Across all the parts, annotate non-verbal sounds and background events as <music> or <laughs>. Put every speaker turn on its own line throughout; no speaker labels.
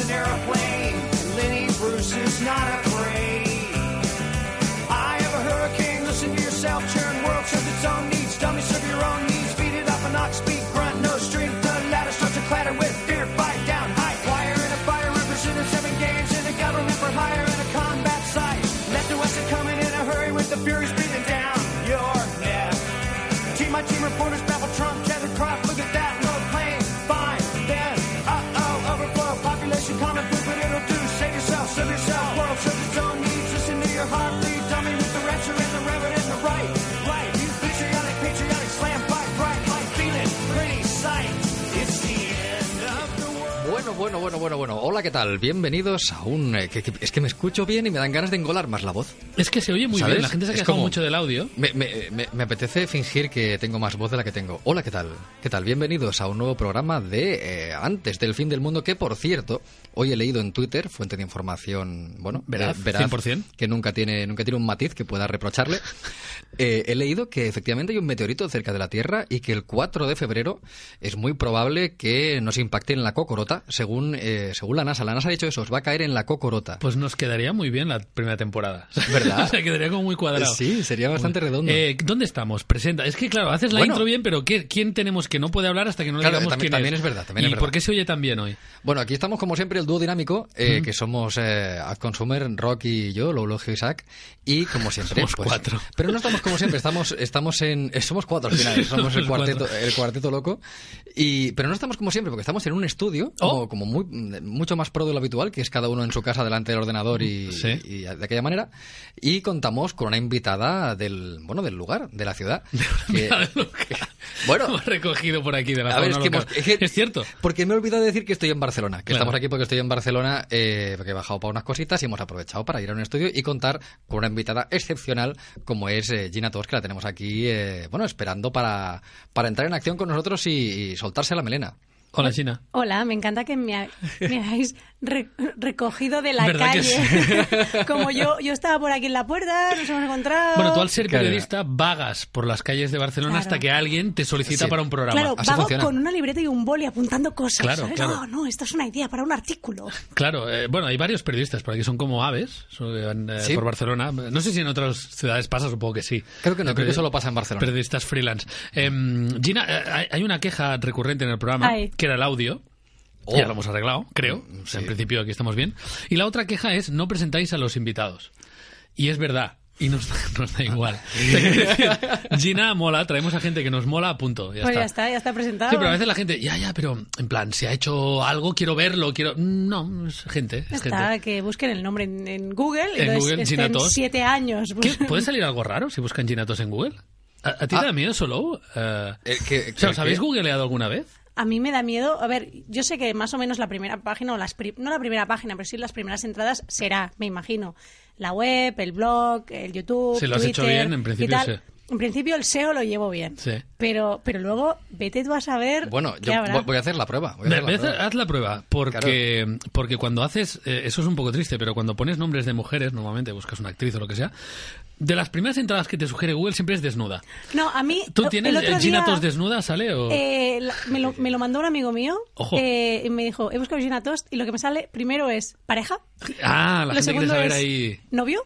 plane. Lenny Bruce is not afraid. I have a hurricane. Listen to yourself. Churn world serves its own needs. Dummy serve your own needs. Feed it up a knock. Speak grunt. No strength. The ladder starts to clatter with fear. Fight down. High wire in a fire. Representing seven games in a government for hire in a combat site. Left to west are coming in a hurry with the furies breathing down your neck. Team my team reporters babble Trump, Cheddar crop. Look at that, no plane. Fine, then, uh oh, overflow. Population common food, but it'll do. Save yourself, serve yourself. World serves its own needs. Listen to your heart, bleed dummy with the rapture and the reverend and the right. Right, you patriotic, patriotic, slam, fight, right, light, feeling, pretty sight. It's the end of the world.
Bueno, bueno, bueno, bueno, bueno. Hola, ¿qué tal? Bienvenidos a un... eh, que- que- es que me escucho bien y me dan ganas de engolar más la voz.
Es que se oye muy
¿Sabes?
bien, la gente se ha
Es
quejado
como-
mucho del audio.
Me, me- me- me apetece fingir que tengo más voz de la que tengo. Hola, ¿qué tal? ¿Qué tal? Bienvenidos a un nuevo programa de eh, Antes del Fin del Mundo, que por cierto, hoy he leído en Twitter, fuente de información, bueno,
Veraz, 100%.
que nunca tiene, nunca tiene un matiz que pueda reprocharle. Eh, he leído que efectivamente hay un meteorito cerca de la Tierra y que el 4 de febrero es muy probable que nos impacte en la cocorota, según, eh, según la NASA. La NASA ha dicho eso, os va a caer en la cocorota.
Pues nos quedaría muy bien la primera temporada.
¿Verdad?
<laughs> o sea, quedaría como muy cuadrado.
Sí, sería bastante redondo.
Eh, ¿Dónde estamos? Presenta. Es que, claro, haces la
Bueno.
intro bien, pero ¿qué- ¿quién tenemos que no puede hablar hasta que no le
Claro,
digamos
también-
quién
también
es?
es verdad, también
¿Y
es verdad.
por qué se oye tan bien hoy?
Bueno, aquí estamos como siempre el dúo dinámico, eh, que somos eh, Ad Consumer, Rocky y yo, Loulogio Isaac, y
<laughs>
como siempre... pues,
Somos cuatro.
Pero no estamos como siempre, estamos, estamos en... eh, somos cuatro al
<laughs>
final, somos el
Somos cuatro.
cuarteto, el cuarteto loco, y, pero no estamos como siempre, porque estamos en un estudio,
Oh.
como, como muy, mucho más pro de lo habitual, que es cada uno en su casa delante del ordenador y,
Sí.
y de aquella manera, y contamos con una invitada del, bueno, del lugar, de la
<laughs>
ciudad. que- <laughs> bueno,
Hemos recogido por aquí de la
a ver, es,
zona
que
local.
hemos- es que-
Es cierto.
Porque me he olvidado de decir que estoy en Barcelona. Que
Claro.
estamos aquí porque estoy en Barcelona, eh, porque he bajado para unas cositas y hemos aprovechado para ir a un estudio y contar con una invitada excepcional como es eh, Gina Tos, que la tenemos aquí, eh, bueno, esperando para, para entrar en acción con nosotros y, y soltarse la melena.
Hola, China.
Hola, me encanta
<laughs>
que me, ha- me hayáis re- recogido de la
¿Verdad que
calle. <laughs> Como yo, yo estaba por aquí en la puerta, nos hemos encontrado.
Bueno, tú al ser
Claro.
periodista vagas por las calles de Barcelona
Claro.
hasta que alguien te solicita
Sí.
para un programa.
Claro,
Así
vago
funciona.
con una libreta y un boli apuntando cosas.
Claro,
¿sabes?
claro.
No, no, esto es una idea para un artículo.
Claro, eh, bueno, hay varios periodistas por aquí, son como aves son, eh, van, eh,
Sí.
por Barcelona. No sé si en otras ciudades pasa, supongo que sí.
Creo que no,
Eh,
creo que
periodi-
solo pasa en Barcelona.
Periodistas freelance. Em, Gina, eh, hay- hay una queja recurrente en el programa,
Ay.
que era el audio.
Oh. Mm,
Ya lo hemos arreglado, creo. O sea, En principio aquí estamos bien. Y la otra queja es no presentáis a los invitados. Y es verdad. Y nos, <laughs> nos
<laughs>
da igual. O sea, quiero decir, Gina mola, traemos a gente que nos mola, punto. Ya
pues
está.
ya está, ya está presentado.
Sí, pero a veces la gente, ya, ya, pero en plan, si ha hecho algo, quiero verlo, quiero. No, es gente.
Ya
Es
está,
gente.
que busquen el nombre en, en Google.
En
entonces
Google,
estén
Ginatos.
siete años.
¿Qué?
pues-
¿Puede salir algo raro si buscan ginatos en Google? ¿A, a ti te da miedo solo? Eh,
Ah. Eh, que-
o sea,
que-
¿os habéis
que-
googleado alguna vez?
A mí me da miedo. A ver, yo sé que más o menos la primera página, o las pri- no la primera página, pero sí las primeras entradas será, me imagino. La web, el blog, el YouTube.
Si lo has hecho
Twitter
bien, en
y
principio
tal.
sí.
En principio el SEO lo llevo bien.
Sí.
Pero, pero luego vete tú a saber.
Bueno,
qué
yo
habrá.
vo- voy a hacer la prueba. voy a
Ve-
hacer la
ve-
prueba.
haz la prueba, porque, porque cuando haces, eh, eso es un poco triste, pero cuando pones nombres de mujeres, normalmente buscas una actriz o lo que sea, de las primeras entradas que te sugiere Google siempre es desnuda.
No, a mí.
¿Tú
el
tienes
otro
eh,
día,
ginatos desnuda, sale? O...
eh, la- me, lo, me lo mandó un amigo mío
Ojo.
eh, y me dijo, he buscado Gina Tost y lo que me sale primero es pareja,
ah, la gente
lo
quiere
segundo
saber
es
ahí.
novio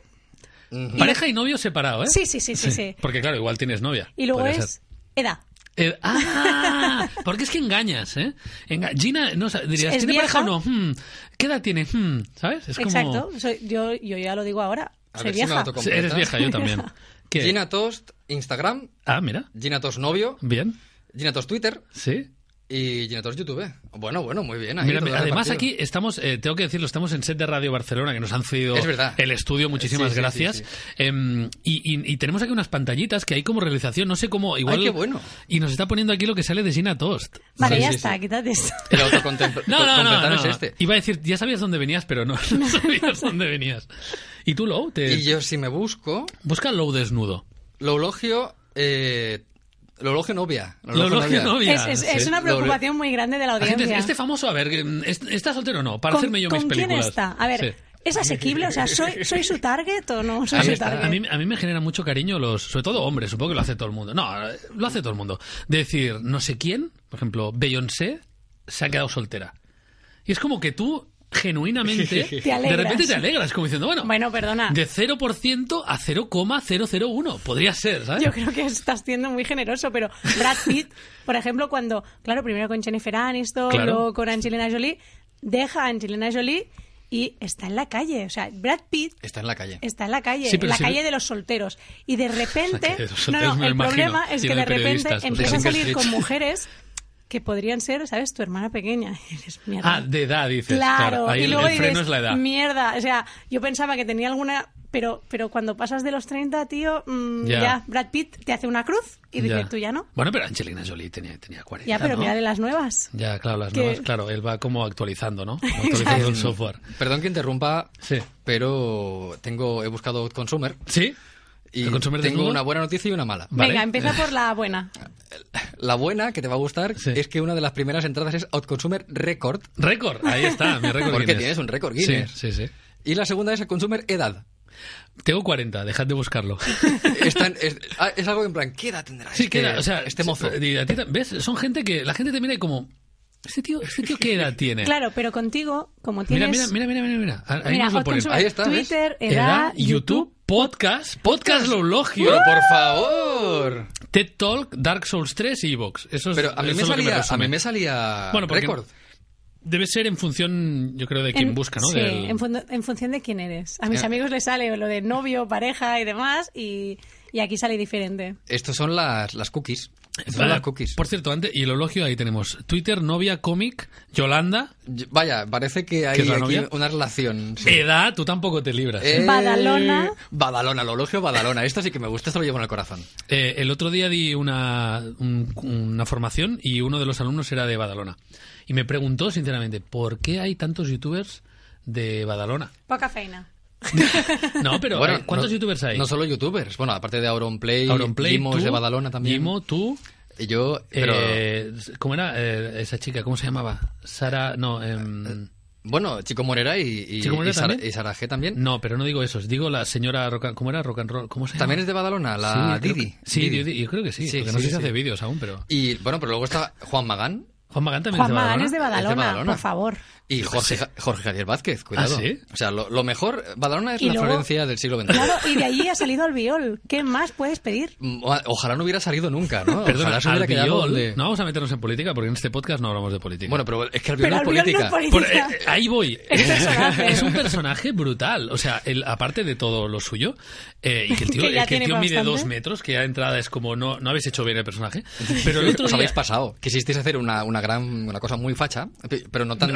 Pareja y novio separado, ¿eh?
Sí, sí, sí, sí, sí.
Porque claro, igual tienes novia.
y luego
podría
es
ser.
edad.
Eh,
<laughs>
ah, porque es que engañas, ¿eh? Enga- Gina, no sa- dirías,
Es
¿tiene pareja o no?
vieja.
Hmm, ¿Qué edad tiene? Hmm, ¿Sabes? Es como...
Exacto, soy- yo, yo ya lo digo ahora.
A
soy
ver si me
vieja.
autocom-
Sí, Eres vieja, yo
<laughs>
también. ¿Qué?
Gina Tost, Instagram,
Ah, mira.
Gina Tost novio,
Bien.
Gina Tost Twitter
Sí.
y Gina Tost YouTube. Bueno, bueno, muy bien. ahí
Mira,
todo
además
repartido.
aquí estamos, eh, tengo que decirlo, estamos en set de Radio Barcelona, que nos han cedido
Es verdad.
el estudio, muchísimas
Sí, sí,
gracias.
sí, sí.
Em, y, y- y tenemos aquí unas pantallitas que hay como realización, no sé cómo, igual...
Ay, qué bueno.
Y nos está poniendo aquí lo que sale de Gina Tost.
Vale,
Sí,
ya
sí,
está,
sí.
<laughs>
quítate esto.
El autocontempl-
No, no, no,
completar
no.
es este.
Iba a decir, ya sabías dónde venías, pero no, <laughs> no sabías dónde venías. ¿Y tú, Lou? Te...
Y yo si me busco,
Busca Lou desnudo.
lo elogio, eh, lo elogio novia. Lo
Lou
elogio
Logio
novia.
novia.
Es, es-
Sí.
es una
Doble.
preocupación muy grande de la
La gente dice,
audiencia.
este famoso, a ver, ¿est- ¿está soltero o no? Para
¿Con-
hacerme yo
¿con
mis películas.
quién está? A ver,
Sí.
¿es asequible? O sea, ¿soy, ¿soy su target o no soy
A mí,
su target?
a mí- a mí me genera mucho cariño los, sobre todo hombres, supongo que lo hace todo el mundo. No, eh, lo hace todo el mundo. Decir, no sé quién, por ejemplo, Beyoncé se ha quedado soltera. Y es como que tú
<laughs>
genuinamente,
Te
de
alegras.
repente te alegras, como diciendo, bueno,
Bueno, ah. perdona.
de 0% a 0,001. Podría ser, ¿sabes?
Yo creo que estás siendo muy generoso, pero Brad Pitt, por ejemplo, cuando, claro, primero con Jennifer Aniston,
Claro.
luego con Angelina Jolie, deja a Angelina Jolie y está en la calle. O sea, Brad Pitt
Está en la calle.
está en la calle,
Sí, pero
la
si-
calle de los solteros. Y
<laughs>
de
La
repente,
calle de los
no,
solteros,
no,
me lo
el
imagino,
problema es que
lleno
de
de
repente
periodistas, pues los
empieza a
de Singles
salir con
Street.
mujeres que podrían ser, ¿sabes? Tu hermana pequeña. <laughs> Eres mierda.
Ah, de edad, dices.
Claro,
ahí
y
el-
luego
el freno
dices,
es la edad.
mierda, o sea, yo pensaba que tenía alguna, pero, pero cuando pasas de los 30, tío, mm,
Ya.
ya. Brad Pitt te hace una cruz y dice, tú ya no.
Bueno, pero Angelina Jolie tenía, tenía 40.
Ya, pero
¿no?
mira de las nuevas.
Ya, claro, las
Que-
nuevas, claro, él va como actualizando,
<laughs>
¿no? Actualizando el software.
Perdón que interrumpa,
Sí.
pero tengo, he buscado Consumer
¿Sí?
y
¿El consumer
tengo
desnudo?
una buena noticia y una mala.
Vale.
Venga, empieza por
<laughs>
la buena.
La buena, que te va a gustar,
Sí.
es que una de las primeras entradas es Outconsumer Record.
Récord, ahí está, mi récord
Porque
Guinness.
tienes un récord Guinness.
Sí, sí, sí.
Y la segunda es Outconsumer Edad.
Tengo 40, dejad de
<laughs>
buscarlo.
Están- es, ah, es algo en plan, ¿qué edad tendrá
Sí, eh,
este,
que era, o sea,
este mozo?
y a ti ta- ¿Ves? Son gente que la gente te mira y como, ¿este tío, este tío
<laughs>
qué edad tiene?
Claro, pero contigo, como
Mira,
tienes...
mira, mira, mira, mira, mira. Ahí
Mira,
nos lo
Hot
ponen.
Consumer,
Ahí está, ¿ves?
Twitter,
Edad,
edad, ¡Uh!
YouTube, podcast, podcast lo elogio.
Pero por favor.
TED Talk, Dark Souls 3 y Evox. Eso es,
Pero a mí
eso
me
es lo que
salía, a
resume.
mí me salía
Bueno, porque-
Record.
Debe ser en función, yo creo, de quien
en-
busca, ¿no?
Sí,
Del-
en, fun- en función de quién eres. A mis
Eh.
amigos les sale lo de novio, pareja y demás, y, y aquí sale diferente.
Estos son las, las cookies. Estas son
Vale.
las cookies.
Por cierto, antes, y el elogio ahí tenemos Twitter, novia, cómic, Yolanda,
Y- Vaya, parece que hay
¿Que es la
aquí
novia?
una relación. sí.
edad, tú tampoco te libras. ¿eh?
Eh,
Badalona.
Badalona, lo elogio Badalona. Esto sí que me gusta, esto lo llevo en el corazón.
Eh, el otro día di una, un- una formación y uno de los alumnos era de Badalona. Y me preguntó, sinceramente, ¿por qué hay tantos youtubers de Badalona? <laughs>
Poca feina.
No, pero
Bueno,
eh, ¿cuántos
no-
youtubers hay?
No solo youtubers. Bueno, aparte de Auronplay,
Auronplay,
Gimos
tú,
de Badalona también.
Gimo, tú,
Y yo, pero...
eh, ¿cómo era eh, esa chica? ¿Cómo se llamaba? Sara, no, em,
Bueno, Chico Morera y, y,
¿Chico Morera
y Sara,
también?
y Sara G también.
no, pero no digo esos, digo la señora, rock and- ¿cómo era? Rock and roll, ¿cómo se llama?
También es de Badalona, la
Sí, creo
Didi.
que- Sí,
Didi.
Didi, yo creo que sí,
Sí,
porque no
sí,
sé si
sí.
hace vídeos aún, pero...
Y bueno, pero luego está Juan Magán
Juan Magán también
Juan Magán
es
es de Badalona,
Badalona.
por favor.
y Jorge, Jorge Javier Vázquez, cuidado.
¿Ah, sí?
O sea, lo, lo mejor, Badalona es
Y
la
luego-
Florencia del siglo XXI.
Claro, y de allí ha salido Albiol. ¿Qué más puedes pedir?
Mm, Ojalá no hubiera salido nunca, ¿no?
Perdón,
Ojalá se hubiera quedado donde-
No vamos a meternos en política porque en este podcast no hablamos de política.
Bueno, pero es que Albiol no
Pero
es
Albiol
política.
no es política.
Por- eh, eh, ahí
<laughs>
voy.
Es personaje.
Es un personaje brutal. O sea, él, aparte de todo lo suyo, eh, y que el tío,
<laughs> Que ya
el que el
tiene
tío mide
bastante.
dos metros, que ya de entrada es como no, no habéis hecho bien
<laughs>
el personaje. Pero el otro
Os
día,
habéis pasado. Quisisteis hacer una, una gran una cosa muy facha, pe- pero no tan.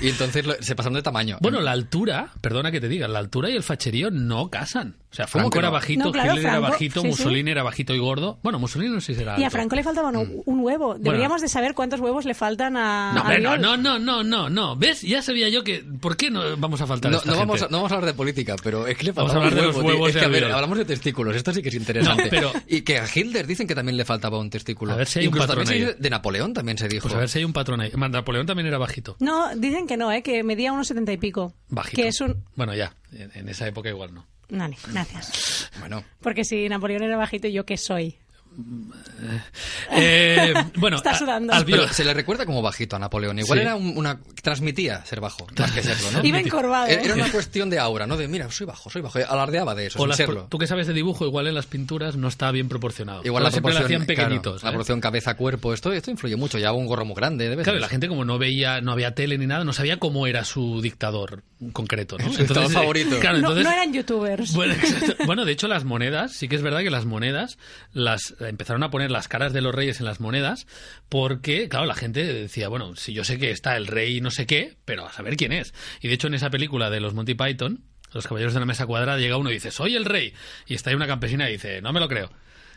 Y entonces lo- se pasaron de tamaño.
Bueno, la altura, perdona que te diga, la altura y el facherío no casan. O sea,
¿Cómo
Franco
que
era
no?
bajito,
No, claro,
Hitler era
Franco,
bajito,
sí, sí.
Mussolini era bajito y gordo. Bueno, Mussolini no sé si será.
Y a Franco le faltaba un, un huevo. Deberíamos de saber cuántos huevos le faltan a
Mm. No,
a
hombre, no,
Albiol.
no, no, no, no, no. ¿Ves? Ya sabía yo que. ¿Por qué no vamos a faltar a
No,
esta
no vamos a,
gente?
no vamos a hablar de política, pero es que le
Vamos a
faltaba
hablar de
un
los
huevo, tío.
huevos
Es que,
de
a ver,
Albiol.
hablante. hablamos de testículos, esto sí que es interesante.
No, pero-
Y que a Hitler dicen que también le faltaba un testículo.
A ver si hay un
Incluso
patrón
también se
ahí.
dice- de Napoleón también se dijo.
Pues a ver si hay un patrón ahí. Napoleón también era bajito.
No, dicen que no, ¿eh? que medía unos setenta y pico.
Bajito.
Que es un...
Bueno, ya. En, en esa época igual
<laughs>
no.
Vale, gracias.
Bueno,
Porque si Napoleón era bajito, ¿yo qué soy?
Eh, bueno,
Está
a-
sudando.
al-
pero se le recuerda como bajito a Napoleón. Igual
Sí.
era un- una transmitía ser bajo, más que serlo,
Ah,
¿no?
Iba encorvado.
Eh,
¿eh?
Era era una cuestión de aura, ¿no? De mira, soy bajo, soy bajo. Alardeaba de eso,
o
sin
las-
serlo.
tú que sabes de dibujo, igual en las pinturas no estaba bien proporcionado.
Igual la
Todas siempre
proporción,
hacían
claro,
pequeñitos.
la
¿eh?
proporción cabeza-cuerpo, esto, esto influye mucho. Ya un gorro muy grande, de vez
Claro, y la gente como no veía, no había tele ni nada, no sabía cómo era su dictador concreto, ¿no?
Su dictador
eh,
favorito.
Claro,
No-
entonces,
no, eran youtubers.
Bueno, exacto. Bueno, de hecho, las monedas, sí que es verdad que las monedas, las empezaron a poner las caras de los reyes en las monedas, porque, claro, la gente decía, bueno, si yo sé que está el rey no sé qué, pero a saber quién es. Y de hecho, en esa película de los Monty Python, los caballeros de la mesa cuadrada, llega uno y dice, soy el rey. Y está ahí una campesina y dice, no me lo creo.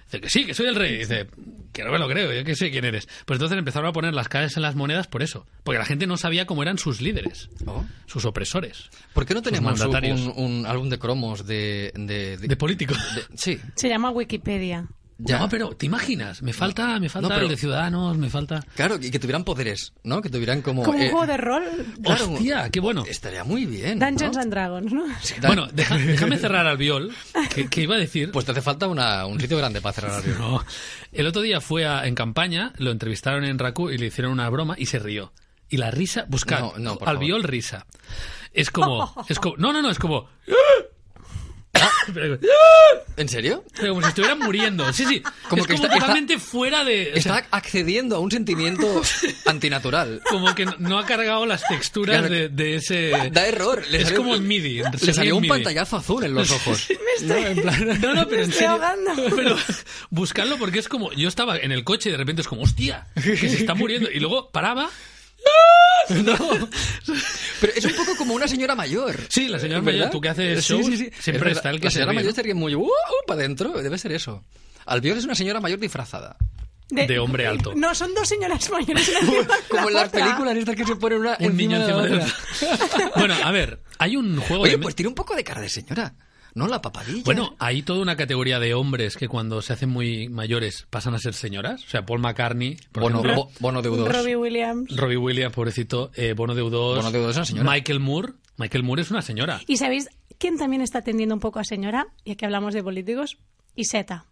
Dice que sí, que soy el rey. Dice que no me lo creo, yo que sé quién eres. Pues entonces empezaron a poner las caras en las monedas por eso. Porque la gente no sabía cómo eran sus líderes,
Oh.
sus opresores.
¿Por qué no tenemos un,
mandatarios.
un álbum de cromos de... de, de-
De políticos.
de- sí,
Se llama Wikipedia.
ya.
No, pero ¿te imaginas? Me falta, me falta
No, pero-
el de Ciudadanos, me falta...
Claro, y que tuvieran poderes, ¿no? Que tuvieran como...
Como un
eh,
juego de rol.
Claro.
¡Hostia, qué bueno!
Estaría muy bien, ¿no?
Dungeons and Dragons, ¿no?
Da-
Bueno, deja- déjame cerrar al viol, que, que iba a
<laughs>
decir...
Pues te hace falta una- un sitio grande para cerrar la radio.
No. El otro día fue a- en campaña, lo entrevistaron en Raku y le hicieron una broma y se rió. y la risa, buscad
No, no, por
albiol risa.
<laughs>
Es como, es como, no, no, no, es como, pero
¿En serio?
como si estuvieran muriendo. Sí, sí,
Como
es
que
como
está- está-
totalmente fuera de, o sea,
Está accediendo a un <laughs> sentimiento antinatural.
como que no ha cargado las texturas
Claro.
de, de ese.
Da error. Le
Eh, es
salió-
como en MIDI.
Le salió un pantallazo azul en los
<laughs>
ojos.
No, en plan- no, no, pero en
estoy
serio.
ahogando.
<laughs> Pero buscarlo porque es como. Yo estaba en el coche y de repente es como, hostia, que se está muriendo. Y luego paraba.
<laughs> Pero es un poco como una señora mayor.
Sí, la señora
¿Verdad?
mayor, tú que haces
Sí,
shows,
sí, sí.
siempre
Es
está el
verdad.
que
La
se
señora
ríe,
mayor
¿no?
sería muy... uh, para adentro, debe ser eso. Albiol es una señora mayor disfrazada.
de hombre alto.
No, son dos señoras
<laughs>
mayores. una encima de la
Como en las
otra.
películas estas que se pone una
Un niño encima de
otra.
otra. <laughs> Bueno, a ver, hay un juego
Oye,
de.
pues tiene un poco de cara de señora. No la papadilla.
Bueno, hay toda una categoría de hombres que cuando se hacen muy mayores pasan a ser señoras. O sea, Paul McCartney, por
Bono,
ejemplo,
Bo- Bono de U2.
Robbie Williams.
Robbie Williams, pobrecito, eh, Bono Deudós,
Bono Deudós es una señora.
Michael Moore. Michael Moore es una señora.
¿Y sabéis quién también está tendiendo un poco a señora? Y aquí hablamos de políticos. Y Zeta.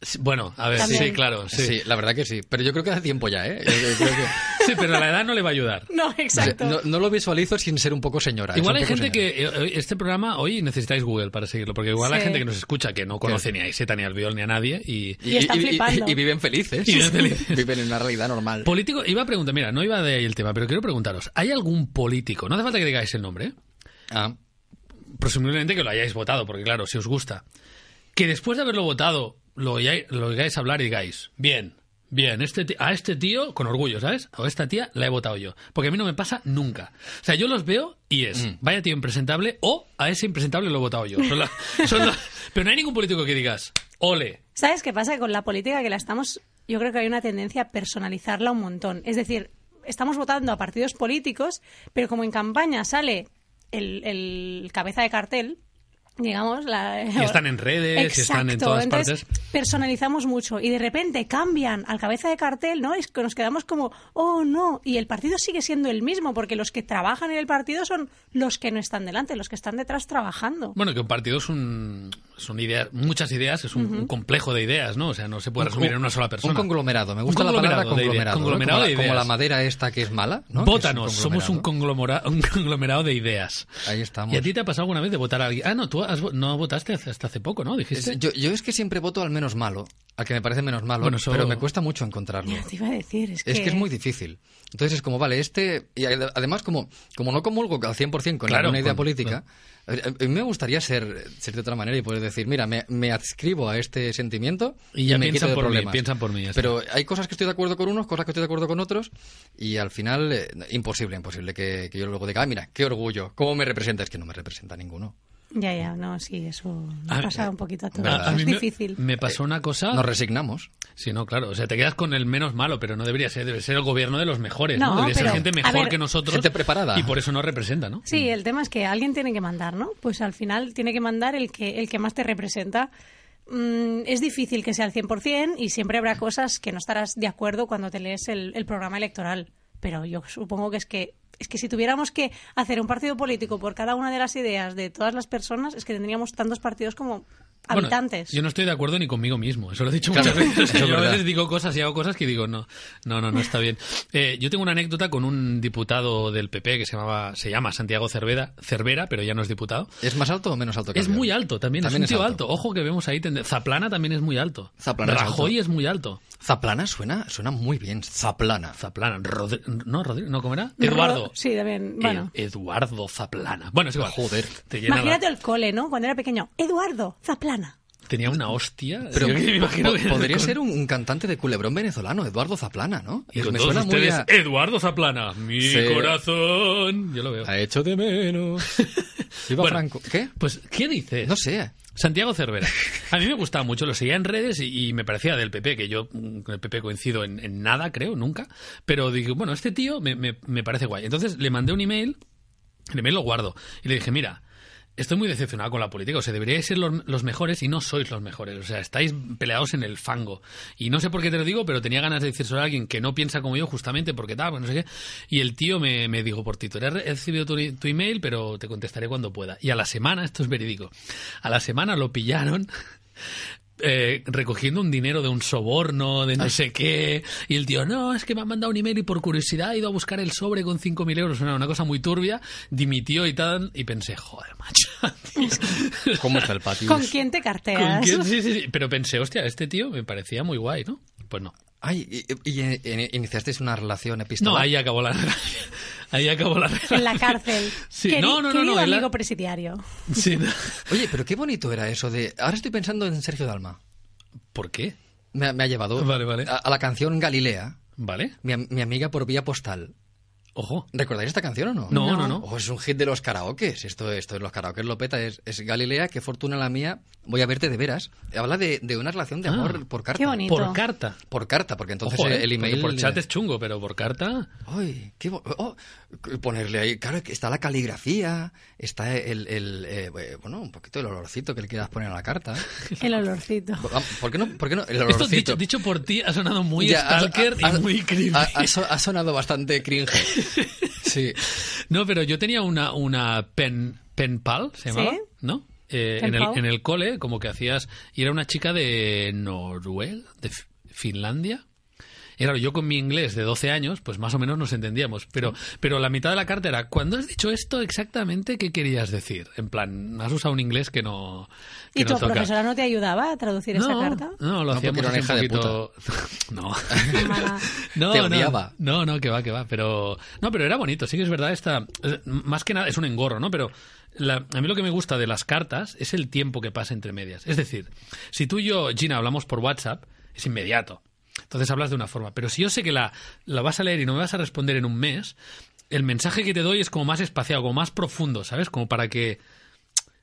Sí, Bueno, a ver,
También.
sí, claro, sí.
Sí. la verdad que sí. Pero yo creo que hace tiempo ya, ¿eh? Yo- yo creo que-
Sí, pero la edad no le va a ayudar.
No, exacto.
No, no lo visualizo sin ser un poco señora. es un
Igual hay
poco
gente
señora.
que eh, este programa hoy necesitáis Google para seguirlo, porque igual hay
Sí.
gente que nos escucha que no conoce ni a Iseta, ni al Viol, ni a nadie. Y
Y están flipando.
y viven felices. Pues,
Y <laughs> viven felices.
Viven en una realidad normal.
político, iba a preguntar, mira, no iba de ahí el tema, pero quiero preguntaros, ¿hay algún político? No hace falta que digáis el nombre, ¿eh?
Ah.
presumiblemente que lo hayáis votado, porque claro, si os gusta, que después de haberlo votado lo, oigáis- lo oigáis hablar y digáis, bien, bien, este ti- a este tío, con orgullo, ¿sabes? A esta tía la he votado yo, porque a mí no me pasa nunca. O sea, yo los veo y es,
Mm.
vaya tío impresentable, o a ese impresentable lo he votado yo.
<laughs>
Son la- son la- pero no hay ningún político que digas, ole.
¿Sabes qué pasa? Que Con la política que la estamos, yo creo que hay una tendencia a personalizarla un montón. Es decir, estamos votando a partidos políticos, pero como en campaña sale el, el cabeza de cartel, digamos, la...
Y están en redes, y están en
Exacto,
todas
entonces,
partes.
Personalizamos mucho y de repente cambian al cabeza de cartel, ¿no? Es que nos quedamos como, oh no, y el partido sigue siendo el mismo porque los que trabajan en el partido son los que no están delante, los que están detrás trabajando.
Bueno, que un partido es un, son ideas, muchas ideas, es un, un complejo de ideas, ¿no? O sea, no se puede resumir en una sola persona.
Un conglomerado. Me gusta
Un
la palabra
conglomerado de ideas,
conglomerado. ¿no?
conglomerado
como,
de
la, como
ideas.
la madera esta que es mala. ¿no? Que es un
Vótanos, somos un
conglomerado.
conglomerado, <laughs> un conglomerado de ideas.
Ahí estamos.
¿Y a ti te ha pasado alguna vez de votar a alguien? Ah, no, tú has vo- no votaste hace- hasta hace poco, ¿no? Dijiste.
Es- yo, yo es que siempre voto al menos malo, al que me parece menos malo,
Bueno, eso-
pero me cuesta mucho
<laughs>
encontrarlo.
<laughs> Ya te iba a decir, es que...
Es que es muy difícil. Entonces es como, vale, este... Y ad- además, como, como no comulgo al 100% con
Claro,
ninguna idea
con-
política, a ver, a mí me gustaría ser, ser de otra manera y poder decir, mira, me, me adscribo a este sentimiento
Y
y,
ya
me quito
piensan
de
por mí,
problemas.
piensan por mí, ya está.
Pero hay cosas que estoy de acuerdo con unos, cosas que estoy de acuerdo con otros, y al final, eh, imposible, imposible que, que yo luego diga, ah, mira, qué orgullo, cómo me representa. Es que no me representa ninguno.
Ya, ya, no, sí, eso
A-
nos pasa un poquito a todos.
¿Verdad?
Ah, A- a mí
es
me-
difícil.
Me, pasó una cosa.
Nos resignamos.
Sí, no, claro. O sea, te quedas con el menos malo, pero no debería ser. Debe ser el gobierno de los mejores, ¿no?
No,
Debería ser
pero-
gente
a
mejor
ver-
que nosotros.
Gente preparada.
Y por eso no representa, ¿no?
Sí, el tema es que alguien tiene que mandar, ¿no? Pues al final tiene que mandar el que, el que más te representa. Mm, es difícil que sea al 100% y siempre habrá cosas que no estarás de acuerdo cuando te lees el, el programa electoral. Pero yo supongo que es que es que si tuviéramos que hacer un partido político por cada una de las ideas de todas las personas, es que tendríamos tantos partidos como
Bueno,
habitantes.
yo no estoy de acuerdo ni conmigo mismo, eso lo he dicho
Claro,
muchas veces.
eso es
yo a
verdad.
veces digo cosas y hago cosas que digo, no, no, no, no está bien. Eh, yo tengo una anécdota con un diputado del PP que se llamaba, se llama Santiago Cervera, Cervera pero ya no es diputado.
¿Es más alto o menos alto que
Es
Albiol?
muy alto también,
También
es
es
un tío alto.
alto.
Ojo que vemos ahí, tende- Zaplana también es muy alto.
Zaplana es
Rajoy
alto.
es, muy alto.
Zaplana suena, suena muy bien. Zaplana.
Zaplana, Rodri- no, Rodri- no, ¿cómo era?
Ro-
Eduardo.
Sí, también. Bueno.
Eh, Eduardo Zaplana. Bueno, es igual.
Joder.
Te llena la-
Imagínate el cole, ¿no? Cuando era pequeño. Eduardo, Zaplana.
Tenía una hostia.
Pero
Yo me imagino
po-
que-
podría
con-
ser un, un cantante de culebrón venezolano, Eduardo Zaplana, ¿no?
Y
Es-
con todos ustedes, eh.
a-
Eduardo Zaplana, mi
Sí.
corazón. Yo lo veo. <laughs>
Ha hecho de menos. Viva
Bueno.
Franco. ¿Qué?
Pues, ¿qué dices?
No sé.
Santiago Cervera. A mí me gustaba mucho, lo seguía en redes y, y me parecía del PP, que yo mm, con el PP coincido en, en nada, creo, nunca. Pero digo, bueno, este tío me, me- me parece guay. Entonces le mandé un email, el email lo guardo, y le dije, mira, estoy muy decepcionado con la política, o sea, deberíais ser los, los mejores y no sois los mejores, o sea, estáis peleados en el fango. Y no sé por qué te lo digo, pero tenía ganas de decir sobre alguien que no piensa como yo, justamente porque tal, pues no sé qué. Y el tío me, me dijo por Twitter, he re- he recibido tu, tu email, pero te contestaré cuando pueda. Y a la semana, esto es verídico, a la semana lo pillaron eh, recogiendo un dinero de un soborno, de
Ah.
no sé qué, y el tío, no, es que me han mandado un email y por curiosidad he ido a buscar el sobre con 5.000 euros, una, una cosa muy turbia, dimitió y tal, y pensé, joder, macho. <laughs> tío".
¿Cómo está el patio?
¿Con quién te
¿Con
carteas?
quién? Sí, sí, sí. Pero pensé, hostia, este tío me parecía muy guay, ¿no? Pues no.
Ay, y, y- y- y- iniciasteis una relación epistolar.
No, ahí acabó la <laughs> relación. Ahí acabó la relación.
<laughs> En la cárcel.
Sí,
Queri-
no, no, no,
querido
no, en la-
amigo presidiario.
<laughs> Sí, no.
Oye, pero qué bonito era eso de... Ahora estoy pensando en Sergio Dalma.
¿Por qué?
Me, ha- me ha llevado
Vale, vale.
A, a la canción Galilea,
¿Vale?
mi, am- mi amiga por vía postal.
Ojo.
¿Recordáis esta canción o no?
No, no, no.
Oh, es un hit de los karaokes. Esto, esto es los karaokes lo peta. Es, es Galilea, qué fortuna la mía. Voy a verte de veras. Habla de, de una relación
Ah.
de amor por carta.
qué bonito.
Por carta.
Por carta, porque entonces
Ojo,
el-
¿eh?
el
Porque
email.
Por chat es chungo, pero por carta.
Ay, qué bo- oh, ponerle ahí, claro, que está la caligrafía, está el, el, eh, bueno, un poquito el olorcito que le quieras poner a la carta. ¿eh?
<laughs>
El olorcito.
¿Por qué no? ¿Por qué no? El
Esto
olorcito.
dicho, dicho por ti ha sonado muy
Ya, ha-
stalker
ha-
y muy creepy.
Ha, ha so- ha sonado bastante
<laughs>
cringe. Sí.
No, pero yo tenía una, una pen, pen pal, se
¿Sí?
llamaba, ¿no? Eh, en,
Pen
el,
pal.
en el cole, como que hacías. Y era una chica de Noruega, de Fi- Finlandia. Y claro, yo con mi inglés de 12 años, pues más o menos nos entendíamos. Pero, pero la mitad de la carta era, ¿cuándo has dicho esto exactamente? ¿Qué querías decir? En plan, has usado un inglés que no. Que
¿Y tu
no toca.
profesora no te ayudaba a traducir esa
no, <laughs>
carta?
No, lo
No, porque
hacíamos
era una
así un
hija de
poquito... <laughs> no.
<laughs> Mala.
No,
Te
no,
odiaba.
No, no, que va, que va. Pero. No, pero era bonito. Sí que es verdad esta. eh, Más que nada, es un engorro, ¿no? Pero la- a mí lo que me gusta de las cartas es el tiempo que pasa entre medias. Es decir, si tú y yo, Gina, hablamos por WhatsApp, es inmediato. Entonces hablas de una forma. Pero si yo sé que la, la vas a leer y no me vas a responder en un mes, el mensaje que te doy es como más espaciado, como más profundo, ¿sabes? Como para que.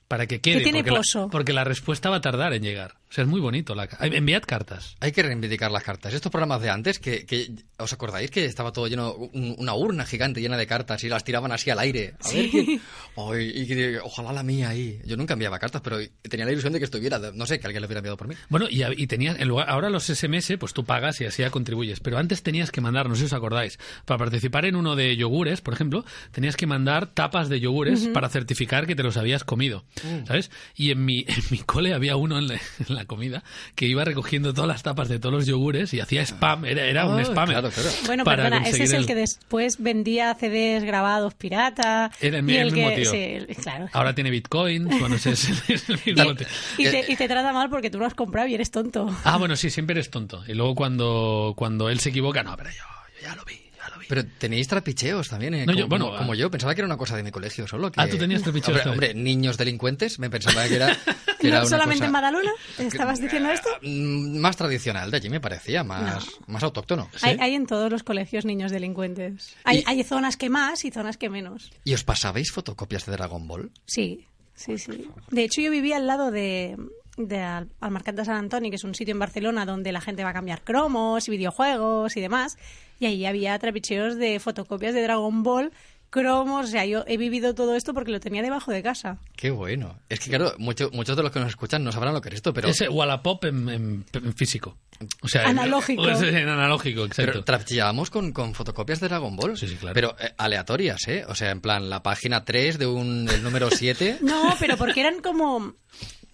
Para que quede.
Que tiene
porque la-
pozo.
porque la respuesta va a tardar en llegar. O sea, es muy bonito. La... ca- Enviad cartas.
Hay que reivindicar las cartas. Estos programas de antes, que, que- ¿os acordáis que estaba todo lleno, un- una urna gigante llena de cartas y las tiraban así al aire? A ver quién- Ay, y que- ojalá la mía ahí. Yo nunca enviaba cartas, pero tenía la ilusión de que estuviera, de- no sé, que alguien lo hubiera enviado por mí.
Bueno, y, y tenías, en lugar, ahora los SMS, pues tú pagas y así ya contribuyes. Pero antes tenías que mandar, no sé si os acordáis, para participar en uno de yogures, por ejemplo, tenías que mandar tapas de yogures para certificar que te los habías comido,
Mm.
¿sabes? Y en mi, <laughs> en mi cole había uno en la, en la comida que iba recogiendo todas las tapas de todos los yogures y hacía spam, era, era un
Ah,
spam.
claro, claro.
Bueno,
para
perdona, ese
conseguir
es el,
el-
que después vendía CDs grabados pirata.
Era el
y
mi- el mismo
que,
tío.
sí, el- claro.
Ahora tiene bitcoin, bueno, ese es, el- es el mismo tío.
Y
Eh,
te, y te trata mal porque tú lo has comprado y
<laughs>
eres tonto.
Ah, bueno, sí, siempre eres tonto. Y luego cuando, cuando él se equivoca, no, pero yo, yo ya lo vi,
Ah,
ya lo vi.
Pero teníais trapicheos también, eh,
No,
como,
yo- bueno,
como,
ah.
como yo. Pensaba que era una cosa de mi colegio solo. Que...
Ah, tú tenías trapicheos
Hombre,
también.
hombre, niños delincuentes, me pensaba que
<laughs>
era, que era
¿No
una
solamente
cosa-
en Badalona?
<laughs>
¿Estabas diciendo esto?
Mm, Más tradicional de allí me parecía, más, más autóctono.
Hay, hay en todos los colegios niños delincuentes. Hay, hay zonas que más y zonas que menos.
¿Y os pasabais fotocopias de Dragon Ball?
Sí, sí, sí. De hecho, yo vivía al lado de, de al, al Mercat de San Antoni, que es un sitio en Barcelona donde la gente va a cambiar cromos y videojuegos y demás. Y ahí había trapicheos de fotocopias de Dragon Ball, cromos. O sea, yo he vivido todo esto porque lo tenía debajo de casa.
Qué bueno. Es que, claro, mucho- muchos de los que nos escuchan no sabrán lo que es esto, pero,
Es eh, Wallapop en, en- en físico. O sea,
Analógico.
En, <laughs> en analógico, exacto.
pero trapicheábamos con, con fotocopias de Dragon Ball.
Sí, sí, claro.
Pero eh, aleatorias, ¿eh? O sea, en plan, la página 3 de un, el número
<laughs>
7.
No, pero porque eran como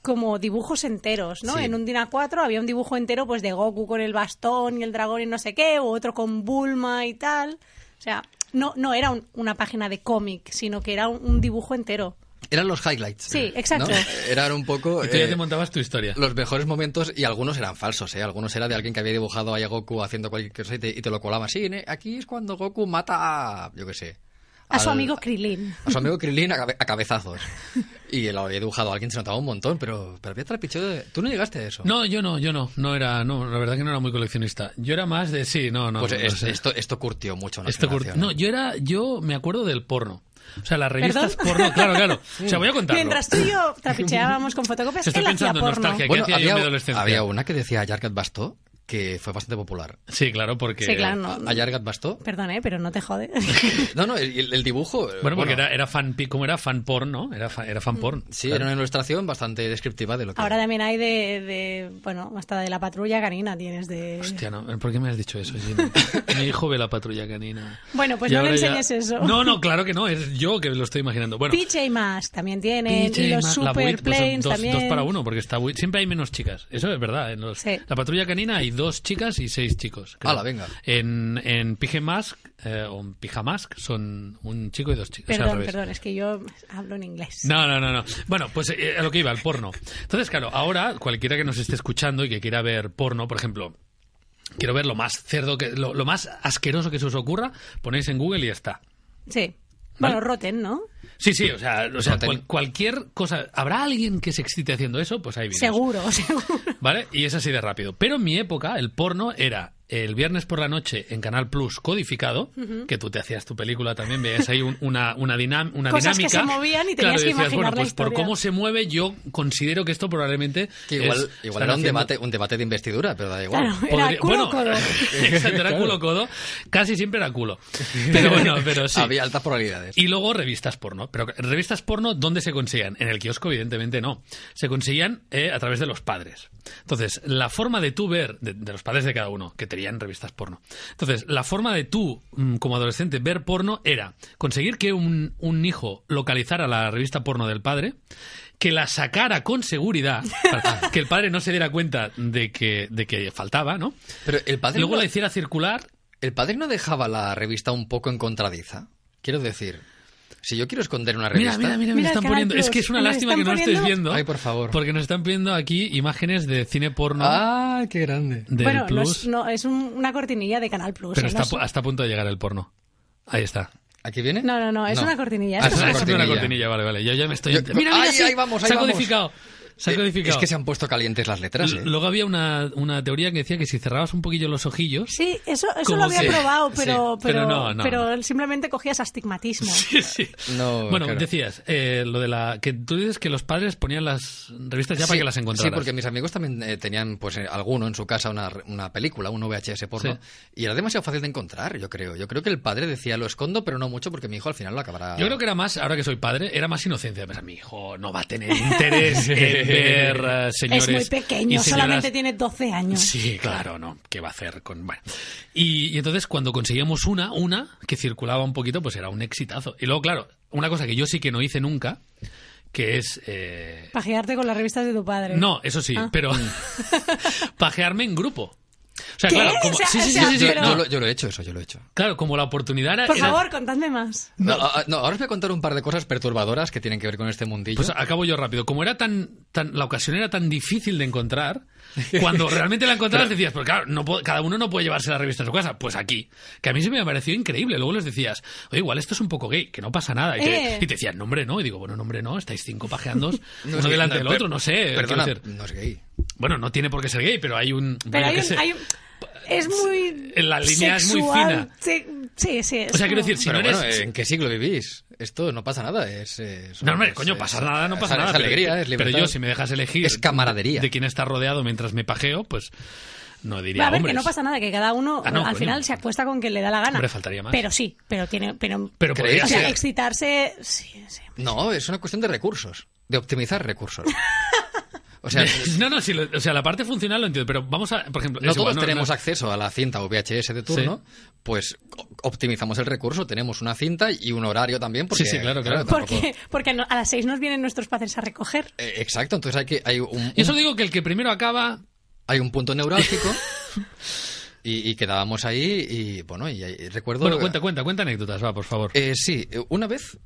como dibujos enteros, ¿no?
Sí.
En un Dina 4 había un dibujo entero pues de Goku con el bastón y el dragón y no sé qué, o otro con Bulma y tal. O sea, no no era un- una página de cómic, sino que era un, un dibujo entero.
Eran los highlights.
Sí, exacto.
¿no? Eran un poco...
y tú ya
eh,
te montabas tu historia.
los mejores momentos y algunos eran falsos, ¿eh? Algunos era de alguien que había dibujado ahí a Goku haciendo cualquier cosa y te, y te lo colaba así. "Ne- Aquí es cuando Goku mata a... yo qué sé.
A su
al-
amigo Krilin.
A su amigo Krilin a, cabe-
<laughs>
a cabezazos. Y lo había dibujado a alguien, se notaba un montón, pero, pero había trapicheo de... ¿Tú no llegaste a eso?
No, yo no, yo no. No era, no, la verdad que no era muy coleccionista. Yo era más de sí, no, no.
Pues
no
es-
sé.
esto, esto curtió mucho. a una
Esto cur-
generación,
No,
¿eh?
yo era, yo me acuerdo del porno. O sea, las revistas
¿Perdón?
porno, claro,
<laughs>
claro. O sea, voy a contarlo.
Mientras tú
<laughs>
y yo trapicheábamos con fotocopias,
Estoy
él hacía
pensando en
porno.
nostalgia. ¿qué
Bueno,
hacía yo en mi adolescencia?
había una que decía Jargat Bastó, que fue bastante popular.
Sí, claro, porque...
Sí, claro, no.
A- Ayar Gatbastó.
Perdón, ¿eh? pero no te jode. <laughs>
No, no, el, el dibujo. eh,
Bueno, porque era, era fan... pi- ¿Cómo era? Fan porn, ¿no? Era fan, era fan porn.
Mm, Sí,
Claro.
era una ilustración bastante descriptiva de lo que.
Ahora también hay de, de, bueno, hasta de la patrulla canina tienes de...
Hostia, no. ¿Por qué me has dicho eso,
<laughs>
Gina? Mi hijo ve la patrulla canina.
Bueno, pues
Y
no le
ahora ya-
enseñes eso.
No, no, claro que no. Es yo que lo estoy imaginando. Bueno,
PJ Masks también tienen,
PJ
y los
Ma- la
Super
Buit, pues,
Planes
dos,
también.
dos para uno, porque está Buit- siempre hay menos chicas. Eso es verdad. En los-
Sí.
La patrulla canina hay dos chicas y seis chicos. creo.
Ala, venga.
En, en Pijamask, eh, o en Pijamask, son un chico y dos chicas. o sea, al
Perdón,
revés.
perdón, es que yo hablo en inglés.
No, no, no, no. Bueno, pues eh, a lo que iba, el porno. Entonces, claro, ahora cualquiera que nos esté escuchando y que quiera ver porno, por ejemplo, quiero ver lo más cerdo, que, lo, lo más asqueroso que se os ocurra, ponéis en Google y ya está.
Sí.
Vale.
Bueno, Rotten, ¿no?
Sí, sí, o sea, o sea
Rotten.
cual- cualquier cosa. ¿Habrá alguien que se excite haciendo eso? Pues hay vídeos.
Seguro, <laughs> seguro.
¿Vale? Y es así de rápido. Pero en mi época, el porno era el viernes por la noche en Canal Plus codificado, que tú te hacías tu película también, veías ahí un- una, una, dinam- una
Cosas que
dinámica.
se movían y tenías
Claro,
que
decías,
imaginar
bueno,
la
pues por
historia.
cómo se mueve, yo considero que esto probablemente.
Que igual,
es-
igual era
están
un
haciendo-
debate, un debate de investidura, pero da igual.
Claro, era
Podría-
culo
bueno,
codo.
exacto, era culo codo. Casi siempre era culo. Pero bueno,
<laughs>
pero <laughs> sí.
Había altas probabilidades.
Y luego revistas porno. Pero revistas porno, ¿dónde se conseguían? En el kiosco, evidentemente, no. Se conseguían eh, a través de los padres. Entonces, la forma de tú ver, de, de los padres de cada uno, que tenían revistas porno. Entonces, la forma de tú, mm, como adolescente, ver porno era conseguir que un, un hijo localizara la revista porno del padre, que la sacara con seguridad, para que el padre no se diera cuenta de que, de que faltaba, ¿no?
Pero el padre,
Luego
no,
la hiciera circular
el padre no dejaba la revista un poco encontradiza. Quiero decir, si yo quiero esconder una revista.
Mira, mira, mira, me
Mira,
están
Canal
poniendo.
Plus,
Es que es una
me lo
lástima que
están
no lo estés
poniendo.
viendo.
Ay, por favor.
Porque nos están poniendo aquí imágenes de cine porno
¡Ah, qué grande!
del
bueno, no
Plus.
es, no, es un- una cortinilla de Canal Plus.
pero
¿eh?
está
No
a pu- hasta a punto de llegar el porno. Ahí
<laughs>
está.
¿Aquí viene?
No, no, no, es una cortinilla,
Ah,
es
es una
Ah, sí,
cortinilla.
vale, vale. Yo ya me estoy.
Yo-
Mira, mira,
¡Ay,
sí,
ahí vamos, ahí
Se ha
vamos!
codificado. Se ha
Eh,
codificado.
Es que se han puesto calientes las letras.
L-
¿eh?
Luego había una, una teoría que decía que si cerrabas un poquillo los ojillos. <laughs>
Sí, eso, eso
Como
lo había
que-
probado,
sí,
pero,
pero
pero,
no, no,
pero simplemente cogías astigmatismo.
Sí, sí.
No,
bueno,
claro.
decías, eh, lo de la. que tú dices que los padres ponían las revistas ya
Sí,
para que las encontraras.
Sí, porque mis amigos también eh, tenían, pues, eh, alguno en su casa una, re- una película, un VHS porno,
Sí.
y era demasiado fácil de encontrar, yo creo. Yo creo que el padre decía, lo escondo, pero no mucho, porque mi hijo al final lo acabará...
Yo creo que era más, ahora que soy padre, era más inocencia. Pensaba, mi hijo no va a tener
<laughs>
interés en ver eh, señores.
es muy
y
pequeño,
señoras".
solamente tiene 12 años.
Sí, claro, ¿no? ¿Qué va a hacer con.? Bueno. Y, y entonces, cuando conseguíamos una, una que circulaba un poquito, pues era un exitazo. Y luego, claro, una cosa que yo sí que no hice nunca, que es. eh,
Pajearte con las revistas de tu padre.
No, eso sí,
Ah. <laughs>
pero. pajearme en grupo. O sea,
¿Qué?
claro, como.
O sea,
sí, sí,
o
sí,
sea,
sí, sí,
Yo,
pero-
yo
no.
lo, yo lo he hecho, eso, yo lo he hecho.
Claro, como la oportunidad era.
Por
era-
favor, contadme más.
No, a- no, ahora os voy a contar un par de cosas perturbadoras que tienen que ver con este mundillo.
Pues acabo yo rápido. Como era tan, tan la ocasión era tan difícil de encontrar, cuando realmente la encontrabas decías, pero claro, no puedo- cada uno no puede llevarse la revista a su casa. Pues aquí, que a mí se me pareció increíble. Luego les decías, oye, igual esto es un poco gay, que no pasa nada. Y te,
Eh.
y te decían, no, hombre, no. Y digo, bueno, no, hombre, no, estáis cinco pajeando
No,
uno
es
delante
que-
del
per-
otro, no sé.
Perdona,
eh, quiero decir.
no es gay.
bueno, no tiene por qué ser gay, pero hay un...
Pero
yo
hay
qué
un-
sé.
hay un- es muy.
La línea es muy
sexual, Sí, sí. sí, es
O sea, quiero
como-
decir, si
pero
no
bueno, eh,
eres...
¿en qué siglo vivís? Esto no pasa nada, es... eh, son-
eh, No, hombre,
es-
coño,
es-
pasa nada, no
es-
pasa
es
nada. pero-
alegría, es libertad.
Pero yo, si me dejas elegir...
Es camaradería.
De quién está rodeado mientras me pajeo, pues no diría,
Va, a ver,
hombres.
que no pasa nada, que cada uno
Ah, no,
al
coño.
final se acuesta con quien le da la gana.
Hombre, faltaría más.
Pero sí, pero tiene. Pero,
Pero
¿Creéis
podría
o sea,
ser.
excitarse. Sí, sí.
No, es una cuestión de recursos, de optimizar
<laughs>
recursos. O sea,
No, no, sí, lo- o sea, la parte funcional lo entiendo, pero vamos a, por ejemplo,
no
es igual,
todos tenemos
no-
acceso a la cinta o VHS de turno, pues o- optimizamos el recurso, tenemos una cinta y un horario también. Porque,
Sí, sí, claro, claro.
tampoco-
Porque, porque no- a las seis nos vienen nuestros padres a recoger.
Eh, exacto, entonces hay, que, hay, un,
Y eso digo que el que primero acaba,
hay un punto neurálgico
<laughs>
y, y quedábamos ahí y bueno, y, ahí- recuerdo...
bueno, cuenta, cuenta, cuenta anécdotas, va, por favor.
Eh, sí, eh, una vez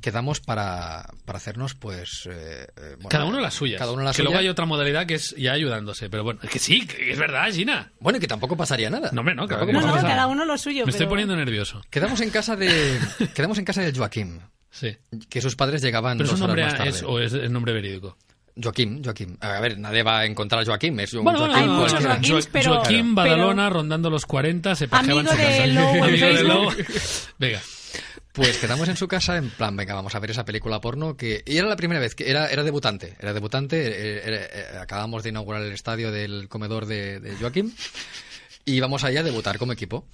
quedamos para, para hacernos pues... eh, eh, bueno,
cada uno las suyas.
Cada uno las
que luego
suyas.
hay otra modalidad que es ya ayudándose, pero bueno, que sí, que es verdad, Gina.
Bueno, y que tampoco pasaría nada.
No, hombre, no, claro que
Tampoco
No,
vamos
no,
a-
cada uno lo suyo.
Me estoy
pero-
poniendo nervioso.
Quedamos en casa
<laughs>
de quedamos en casa de Joaquim,
Sí.
que sus padres llegaban
Pero es
dos
un
horas
nombre
más tarde.
es, o es, es nombre verídico.
Joaquim, Joaquim. A ver, nadie va a encontrar a Joaquim, es un
Bueno, bueno,
Joaquim
hay muchos
cualquiera.
Joaquims,
Jo-
pero-
Joaquín
pero-
Badalona rondando los 40, se pajeaba en
Amigo
su
de
casa.
Lou en
Amigo de
Facebook.
Lou. <laughs> Venga.
Pues quedamos en su casa en plan, venga, vamos a ver esa película porno que... Y era la primera vez, que era, era debutante, era debutante, era- era- eh, acabamos de inaugurar el estadio del comedor de, de Joaquín y vamos allá a debutar como equipo.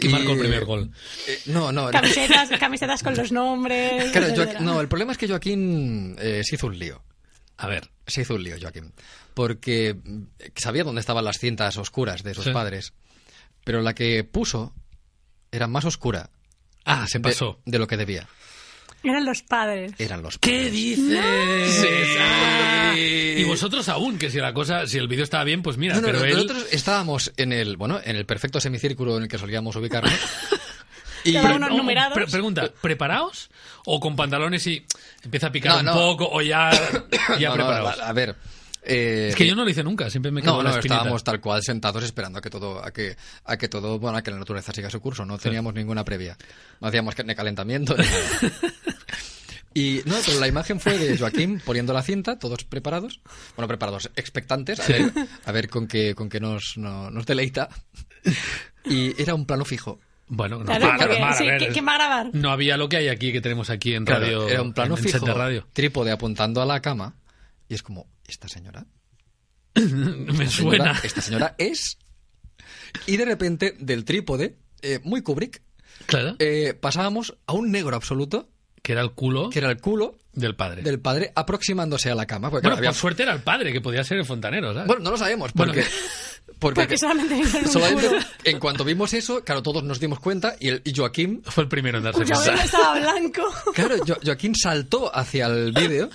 Y marcó el primer gol.
eh, no, no, no.
Camisetas, camisetas con los nombres.
Claro,
etcétera.
Joaqu- no, el problema es que Joaquín eh, se hizo un lío.
A ver,
Se hizo un lío, Joaquín. Porque mm, sabía dónde estaban las cintas oscuras de sus
Sí.
padres. Pero la que puso era más oscura.
Ah, se
de-
pasó.
De, lo que debía.
Eran los padres.
Eran los
¿Qué
padres.
dices? Ah, Y vosotros aún, que si la cosa, si el vídeo estaba bien, pues mira,
No, no,
pero
no,
él...
nosotros estábamos en el, bueno, en el perfecto semicírculo en el que solíamos ubicarnos. y
<laughs> Cada uno
Oh,
numerados.
pre- pregunta, ¿preparaos? ¿O con pantalones y empieza a picar
No,
un
no.
poco
<coughs>
o ya, ya
No, no,
preparados?
a, a ver. eh,
Es que yo no lo hice nunca, siempre me quedo
No,
la
no,
espinita.
estábamos tal cual sentados esperando a que todo, a que, a que todo, bueno, a que la naturaleza siga su curso. No teníamos ninguna previa. No hacíamos ca- ni calentamiento. ni
<laughs>
nada. Y no, pero la imagen fue de Joaquín poniendo la cinta, todos preparados, bueno, preparados, expectantes, a, ver, a ver con qué, con qué nos, no- nos deleita. Y era un plano fijo.
Bueno, no,
Claro,
para,
porque,
para,
sí,
a ver,
¿qué- quién va a grabar?
No había lo que hay aquí que tenemos aquí en
Claro,
radio.
era un plano
en- en
fijo,
set
<laughs>
de radio.
trípode apuntando a la cama. Y es como, ¿esta señora?
Me
esta señora-
suena.
Esta señora es. Y de repente, del trípode, eh, muy Kubrick,
Claro.
eh, pasábamos a un negro absoluto,
que era el culo
que era el culo
del padre.
del padre aproximándose a la cama. Porque, claro,
Bueno, por
había-
suerte era el padre, que podía ser el fontanero, ¿sabes?
Bueno, no lo sabemos,
Bueno.
porque... Porque,
Porque solamente vieron un
solamente- <laughs>
culo.
en cuanto vimos eso, claro, todos nos dimos cuenta y, el, y Joaquín...
Fue el primero en
Pues
darse
Cuya
cuenta.
vela estaba blanco.
Claro, Jo- Joaquín saltó hacia el vídeo.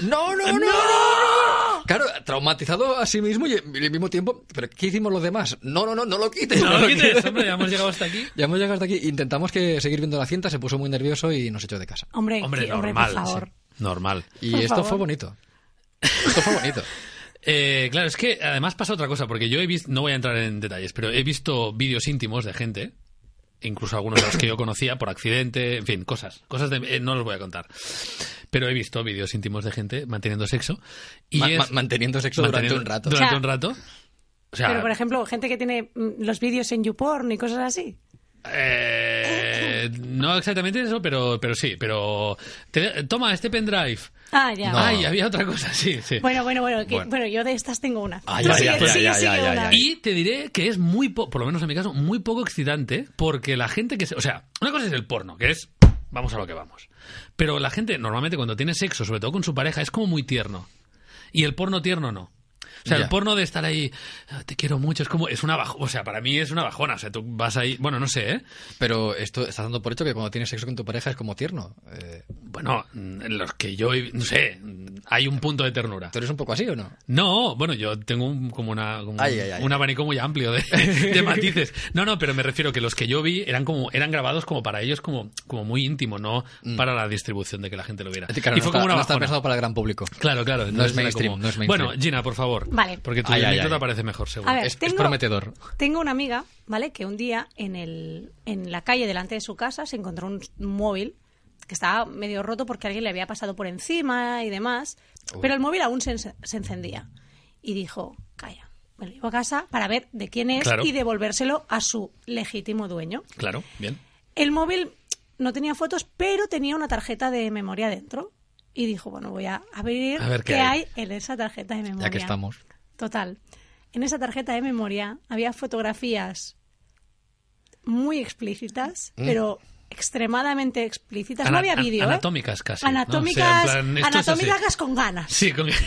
¡No, no, no! Claro, traumatizado a sí mismo y y al mismo tiempo... ¿Pero qué hicimos los demás? No, no, no, no lo quites.
<laughs> No lo quites, hombre, ya hemos llegado hasta aquí.
Ya hemos llegado hasta aquí. Intentamos que seguir viendo la cinta, se puso muy nervioso y nos echó de casa.
<laughs> Hombre,
Hombre,
que- hombre,
normal.
por favor.
sí, normal.
Y
Por
esto
favor.
fue bonito. Esto fue bonito.
Eh, claro, es que además pasa otra cosa, porque yo he visto, no voy a entrar en detalles, pero he visto vídeos íntimos de gente, incluso algunos de los que yo conocía por accidente, en fin, cosas, cosas de, eh, no los voy a contar, pero he visto vídeos íntimos de gente manteniendo sexo <laughs> y
Ma-
es-
ma- manteniendo sexo durante
manteniendo-
un rato.
durante
O sea,
un rato. O sea,
Pero, por ejemplo, gente que tiene mm, los vídeos en YouPorn y cosas así.
eh, no exactamente eso, pero, pero sí, pero te- toma este pendrive.
Ah, ya.
No.
Ay, había otra cosa, sí,
<laughs>
sí.
Bueno, bueno, bueno, que-
Bueno.
bueno. yo de estas tengo una.
Ah,
Tú
ya,
sigue-
ya, ya,
sigue,
ya,
sigue
ya, ya, ya.
una.
Y te diré que es muy, po- por lo menos en mi caso, muy poco excitante porque la gente que se... O sea, una cosa es el porno, que es... Vamos a lo que vamos. Pero la gente normalmente cuando tiene sexo, sobre todo con su pareja, es como muy tierno. Y el porno tierno no. O sea,
Ya.
el porno de estar ahí, "Ah, te quiero mucho, es como, es una bajona, o sea, para mí es una bajona, o sea, tú vas ahí, bueno, no sé, ¿eh?
Pero esto estás dando por hecho que cuando tienes sexo con tu pareja es como tierno. Eh,
Bueno, mm, en los que yo, he- no sé, mm, hay un punto de ternura.
¿Tú eres un poco así o no?
No, bueno, yo tengo un, como una, como un-
Ay, ay, ay.
un abanico muy amplio de,
<laughs>
de matices. No, no, pero me refiero que los que yo vi eran como eran grabados como para ellos como, como muy íntimo, no para la distribución de que la gente lo viera.
Mm. Claro,
y
no
fue
está-
como una
no está
bajona.
pensado para el gran público.
Claro, claro. entonces era
mainstream, no es mainstream.
Bueno, Gina, por favor.
Vale.
Porque tu
Ay, ay,
anécdota
ay.
parece mejor, seguro.
A ver,
es, es
tengo-
prometedor.
Tengo una amiga, ¿vale? Que un día en, el, en la calle delante de su casa se encontró un móvil que estaba medio roto porque alguien le había pasado por encima y demás. Pero el móvil aún se, en- se encendía. Y dijo, calla, me lo llevo a casa para ver de quién es
Claro.
y devolvérselo a su legítimo dueño.
Claro, bien.
El móvil no tenía fotos, pero tenía una tarjeta de memoria dentro. Y dijo, bueno, voy a abrir
A ver qué
qué
hay.
hay en esa tarjeta de memoria.
Ya que estamos.
Total. En esa tarjeta de memoria había fotografías muy explícitas, pero extremadamente explícitas. no
Mm. Ana-
había
an-
vídeo. ¿eh?
anatómicas casi, ¿no?
Anatómicas,
O sea, en plan, esto es así.
anatómicas con ganas.
Sí, con- mira-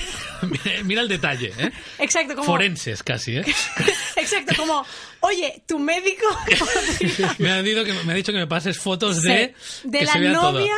mira el <laughs> detalle, ¿eh?
Exacto, como.
Forenses casi, ¿eh?
<laughs> Exacto, como. Oye, tu
<laughs>
médico.
me, ha dicho que, me ha dicho que me pases fotos de...
de
que
la
se vea todo.
novia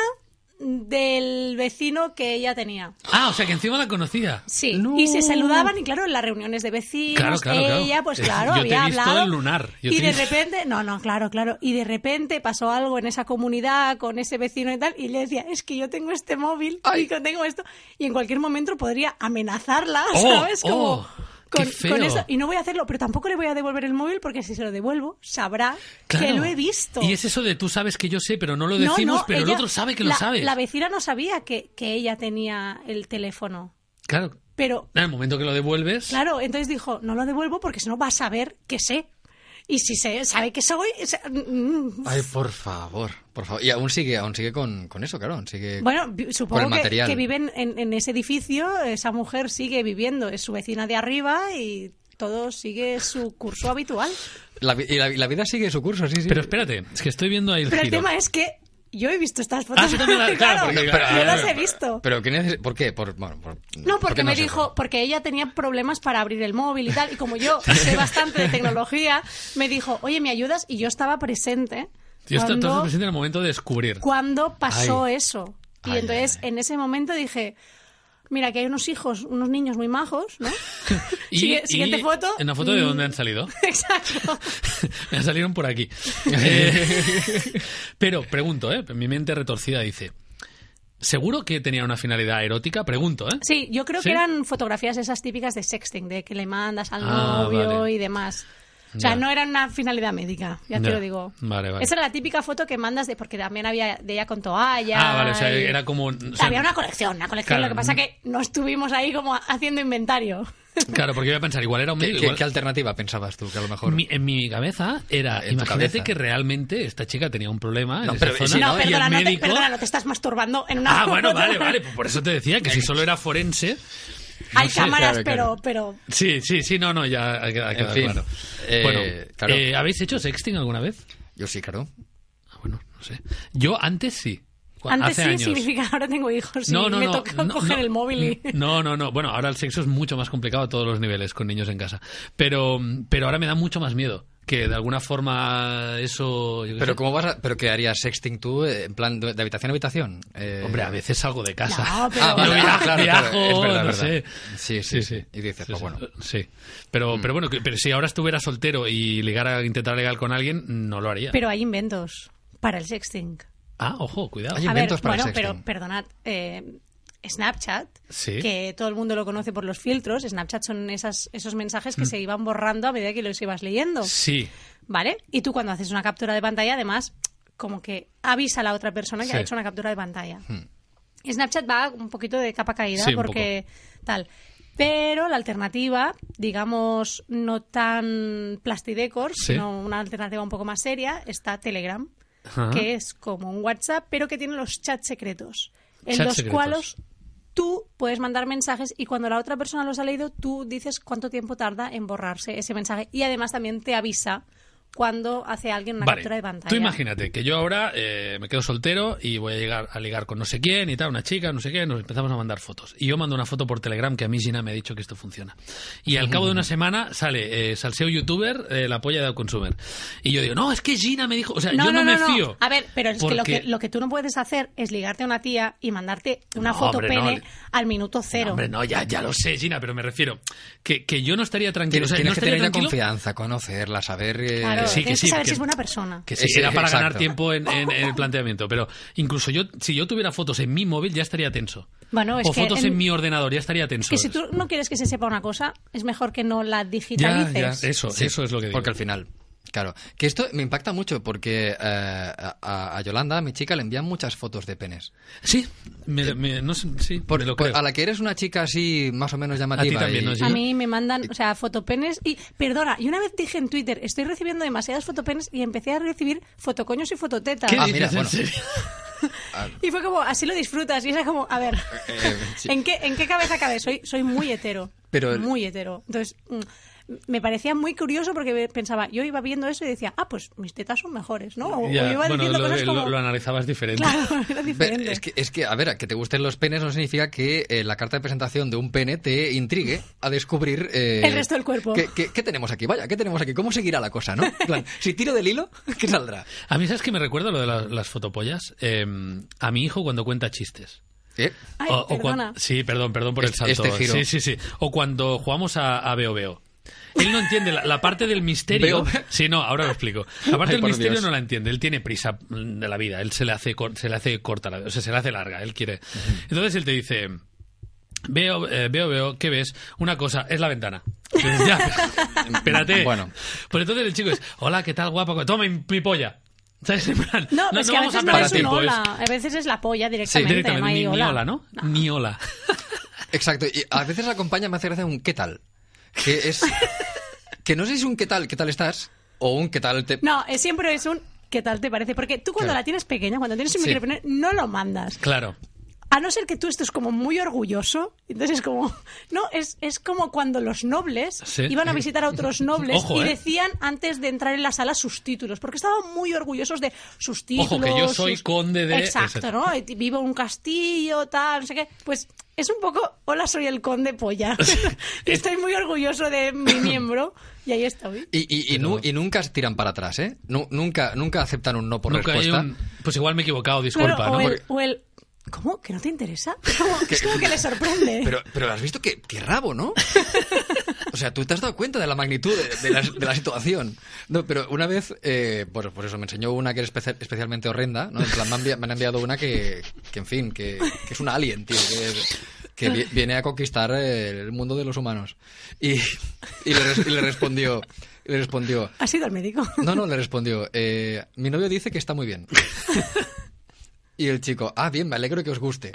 del vecino que ella tenía.
Ah, o sea, que encima la conocía.
Sí,
No.
y se saludaban y claro, en las reuniones de vecinos,
Claro, claro, claro.
ella, pues claro,
Yo te he
había
visto
hablado.
en lunar, yo
y
te he
de
visto.
repente, no, no, claro, claro, y de repente pasó algo en esa comunidad con ese vecino y tal, y le decía, es que yo tengo este móvil y que tengo esto, y en cualquier momento podría amenazarla,
Oh,
¿sabes?
oh,
Como
qué
con,
feo.
con eso, y no voy a hacerlo, pero tampoco le voy a devolver el móvil porque si se lo devuelvo, sabrá que
Claro.
lo he visto.
Y es eso de tú sabes que yo sé, pero no lo decimos, pero el
ella-
otro sabe que
la-
lo sabes.
La vecina no sabía que, que ella tenía el teléfono.
Claro.
Pero
En el momento que lo devuelves.
Claro, entonces dijo, no lo devuelvo porque si no va a saber que sé. Y si se sabe que soy... o sea, mm,
Ay, por favor, por favor. Y aún sigue, aún sigue con, con eso, claro, aún sigue
Bueno, vi- supongo que- que,
material.
viven en, en ese edificio, esa mujer sigue viviendo, es su vecina de arriba y todo sigue su curso habitual.
La, vi- y la, la vida sigue su curso, sí, sí.
Pero espérate, es que estoy viendo ahí el
Pero el
giro.
tema es que yo he visto estas fotos. <laughs>
Ah, tú también las- claro, porque-
yo
pero-
las he visto.
¿Pero ¿qué neces- ¿Por qué? Por, bueno, por-
No,
¿por
porque
qué
me
sé?
dijo, porque ella tenía problemas para abrir el móvil y tal, y
<laughs>
como yo sé bastante de tecnología, me dijo, oye, ¿me ayudas? Y yo estaba presente
Yo estoy
cuando,
presente en el momento de descubrir.
cuando pasó eso. Y
Ay,
entonces, en ese momento dije, mira, que hay unos hijos, unos niños muy majos,
<laughs>
¿no?
Y-
Sigue-
y
siguiente foto.
¿En la foto de
Mm,
dónde han salido? <laughs>
Exacto.
Me salieron por
<laughs>
aquí. Eh, <laughs> pero pregunto, ¿eh? Mi mente retorcida dice, ¿seguro que tenía una finalidad erótica? Pregunto, ¿eh?
Sí, yo creo
¿Sí?
que eran fotografías esas típicas de sexting, de que le mandas al
Ah,
novio
vale.
y demás. O sea,
Ya.
no era una finalidad médica, ya,
Ya.
te lo digo.
Vale, vale.
Esa era la típica foto que mandas de porque también había de ella con toalla.
Ah, vale, o sea,
y-
era como... o sea,
Había una colección, una colección.
Claro,
lo que pasa
mm.
que no estuvimos ahí como haciendo inventario.
Claro, porque iba a pensar, igual era un
¿Qué,
médico,
qué-
igual-
qué alternativa pensabas tú que a lo mejor...
Mi- en mi cabeza era,
En tu
imagínate
cabeza.
que realmente esta chica tenía un problema
No,
en
pero
esa
si
zona
no,
y el
perdona, no te,
médico...
perdona, no te estás masturbando en una
Ah, bueno,
foto.
vale, vale, pues por eso te decía que si solo era forense... no
<laughs> Hay
sé.
cámaras,
claro, claro.
pero... pero
Sí, sí, sí, no, no, ya ha quedado, ha
En
quedado
fin,
claro.
eh,
bueno,
claro.
eh, ¿habéis hecho sexting alguna vez?
Yo sí, claro.
Ah, bueno, no sé. Yo antes sí. Cu-
antes sí
hace años.
significa ahora tengo hijos y
No, no,
me
no,
toca
no,
coger
no, Mm,
el móvil y...
<laughs> No, no, no. Bueno, ahora el sexo es mucho más complicado a todos los niveles con niños en casa. Pero, pero ahora me da mucho más miedo que de alguna forma eso. yo qué
Pero
sé.
¿cómo vas a- ¿Pero qué harías sexting tú eh, en plan de, de habitación a habitación? Eh,
Hombre, a veces salgo de casa.
<laughs> No,
<laughs>
pero-
Ah, vale,
Yo
ah,
viajo,
claro, claro,
viajo,
es verdad,
no
verdad.
sé.
Sí, sí, sí. Y dices, pues bueno. Mm.
Sí. Eh, Pero, pero bueno, que- pero si ahora estuviera soltero y ligara, intentar ligar con alguien, no lo haría.
Pero hay inventos para el sexting.
Ah, ojo, cuidado.
Hay Oye,
A ver,
inventos para el
bueno,
sexting.
pero perdonad, eh, Snapchat,
Sí.
que todo el mundo lo conoce por los filtros, Snapchat son esas, esos mensajes que se iban borrando a medida que los ibas leyendo,
Mm. Sí.
¿vale? Y tú cuando haces una captura de pantalla, además, como que avisa a la otra persona que
Sí. Hmm.
ha hecho una captura de pantalla. Snapchat va un poquito de capa caída
Sí, un
porque tal. Pero la alternativa, digamos, no tan plastidecor,
Sí.
sino una alternativa un poco más seria, está Telegram
Ajá.
que es como un WhatsApp, pero que tiene los chats secretos, en
Chats
los
secretos.
cuales tú puedes mandar mensajes y cuando la otra persona los ha leído, tú dices cuánto tiempo tarda en borrarse ese mensaje y además también te avisa cuando hace alguien una captura de pantalla.
Tú imagínate que yo ahora eh, me quedo soltero y voy a llegar a ligar con no sé quién y tal, una chica, no sé qué, nos empezamos a mandar fotos. Y yo mando una foto por Telegram que a mí Gina me ha dicho que esto funciona. Y al cabo de
Mm.
una semana sale eh, Salseo Youtuber, eh, la polla de Consumer. Y yo digo, no, es que Gina me dijo, o sea,
No,
yo no,
no, no,
me
no.
fío.
A ver, pero es que lo,
Porque-
que lo que tú no puedes hacer es ligarte a una tía y mandarte una
No,
foto
hombre,
pene
no.
al minuto cero.
No, hombre, eh, no, ya, ya lo sé, Gina, pero me refiero que, que yo no estaría tranquilo.
Tienes,
O sea,
tienes
no
que
estaría
tener la
tranquilo.
confianza, conocerla, saber... eh,
claro,
que sí, que
tienes que,
sí,
saber
que-
si es buena persona.
Que sí,
Ese-
era para ganar
Eh, exacto.
tiempo en, en- en el planteamiento. Pero incluso yo, si yo tuviera fotos en mi móvil, ya estaría tenso.
Bueno, es
o
que
fotos en...
en-
mi ordenador, ya estaría tenso.
Que si tú no quieres que se sepa una cosa, es mejor que no la
ya,
digitalices.
ya, eso,
Sí,
eso es lo que digo.
Porque al final. Claro, que esto me impacta mucho porque eh, a, a- a Yolanda, a mi chica, le envían muchas fotos de penes.
Sí, me, me- no sé, sí, me lo
Por-
creo.
a la que eres una chica así más o menos llamativa.
también,
y-
¿no, Gina?
A mí me mandan, o sea, fotopenes y... Perdona, y una vez dije en Twitter, estoy recibiendo demasiadas fotopenes y empecé a recibir fotocoños y fototetas.
¿Qué
Ah,
dices,
mira,
en
bueno.
<laughs>
serio?
Y fue como, así lo disfrutas. Y era como, a ver,
Eh,
¿en, qué, ¿en qué cabeza cabe? Soy, soy muy hetero.
Pero-
Muy hetero. Entonces, mm, me parecía muy curioso porque me- pensaba, yo iba viendo eso y decía, ah, pues mis tetas son mejores, ¿no? O, o
Ya,
iba
bueno,
diciendo
lo,
cosas
lo-
como...
lo analizabas diferente.
Claro, <laughs> era
Pero
diferente.
es, que, es que, a ver, que te gusten los penes no significa que eh, la carta de presentación de un pene te intrigue a descubrir... eh,
El resto del cuerpo.
¿qué, qué, qué tenemos aquí? Vaya, ¿qué tenemos aquí? ¿Cómo seguirá la cosa, no? En plan, si tiro del hilo, <laughs> ¿qué saldrá?
A mí, ¿sabes que me recuerda lo de la- las fotopollas? Eh, a mi hijo cuando cuenta chistes.
¿Eh?
Ay,
O- o cuan-
perdona.
sí, perdón, perdón por el
Este-
salto.
este giro.
Sí, sí, sí. O cuando jugamos a, a BOBO. Él no entiende la, la parte del misterio.
Veo-
Sí, no, ahora lo explico. La parte
Ay,
del
por
misterio
Dios.
no la entiende. Él tiene prisa mm, de la vida. Él se le hace, cor- se le hace corta, la- o sea, se le hace larga. Él quiere. Entonces él te dice. Veo, eh, veo, veo, ¿qué ves? Una cosa, es la ventana. Dices, ya,
<laughs>
espérate.
Bueno.
Pues entonces el chico es, hola, ¿qué tal, guapo? Toma mi, mi polla. ¿Sabes? En plan,
No, es que a veces no
perder
es un
tiempo, es-
hola, a veces es la polla
Sí,
directamente, no
directamente,
hay
ni, ni
hola.
hola, ¿no?
<laughs>
Ni hola.
Exacto, y a veces la compañía me hace gracia un ¿qué tal? Que es... Que no sé si es un ¿qué tal? ¿Qué tal estás? o un qué tal te...
No, eh, siempre es un ¿qué tal te parece? Porque tú cuando
Claro.
la tienes pequeña, cuando tienes un
Sí.
microfonía, no lo mandas.
Claro.
A no ser que tú estés como muy orgulloso, entonces es como... No, es, es como cuando los nobles
Sí.
iban a visitar
<laughs>
a otros nobles
Ojo,
y
¿eh?
decían antes de entrar en la sala sus títulos, porque estaban muy orgullosos de sus títulos.
Ojo, que yo soy
sus-
conde de-
Exacto, ¿no? Y Vivo en un castillo, tal, no sé qué. Pues es un poco, hola, soy el
<laughs>
conde polla. <laughs> Y Estoy muy orgulloso de mi miembro y ahí estoy.
Y, y, y nu- y nunca se tiran para atrás, ¿eh? Nu- nunca, nunca aceptan un no por
Nunca hay
respuesta.
un- pues igual me he equivocado,
Claro,
disculpa.
o,
¿no?
el,
Porque-
o el- ¿Cómo? ¿Que no te interesa? <laughs> Es como, es como
<laughs>
que le sorprende.
Pero, pero has visto que, qué rabo, ¿no? O sea, tú te has dado cuenta de la magnitud de, de la, de la situación. No, pero una vez, eh, pues, pues eso, me enseñó una que era especia- especialmente horrenda, ¿no? En plan, me han, envi- me han enviado una que, que, en fin, que, que es una alien, tío, que, que vi- viene a conquistar eh, el mundo de los humanos. Y, y le, res- y le respondió, y le respondió,
¿Has ido
<laughs>
al médico?
no, no, le respondió. eh, mi novio dice que está muy bien. Y el chico, ah, bien, me alegro que os guste.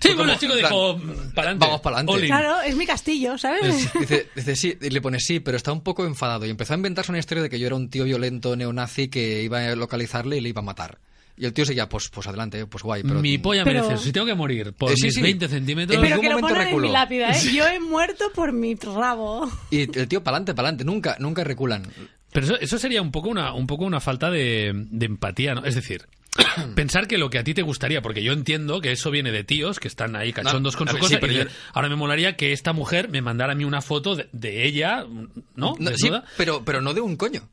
Sí,
Fue
bueno,
como,
el chico
en plan,
dijo, pa'lante.
Vamos pa'lante.
Olin.
Claro, es mi castillo, <laughs> ¿sabes?
Dice, dice, sí, y le pone sí, pero está un poco enfadado. Y empezó a inventarse una historia de que yo era un tío violento neonazi que iba a localizarle y le iba a matar. Y el tío seguía, pues, pues adelante, eh, pues guay, pero.
Mi polla
Pero-
merece eso. Si tengo que morir por
Eh, sí,
mis
sí.
20 centímetros...
En
Pero
algún
que lo
momento
pongan en
reculó.
mi lápida, ¿eh? Yo he muerto por mi rabo.
Y el tío, pa'lante, pa'lante, nunca, nunca reculan.
Pero eso, eso sería un poco una, un poco una falta de, de empatía, ¿no? Es decir, <clears throat> pensar que lo que a ti te gustaría, porque yo entiendo que eso viene de tíos que están ahí cachondos
No,
con
a
su
ver,
cosa.
sí, pero
y
yo-
de- Ahora me molaría que esta mujer me mandara a mí una foto de, de ella, ¿no?
No, sí,
Desnuda.
pero, pero no de un coño.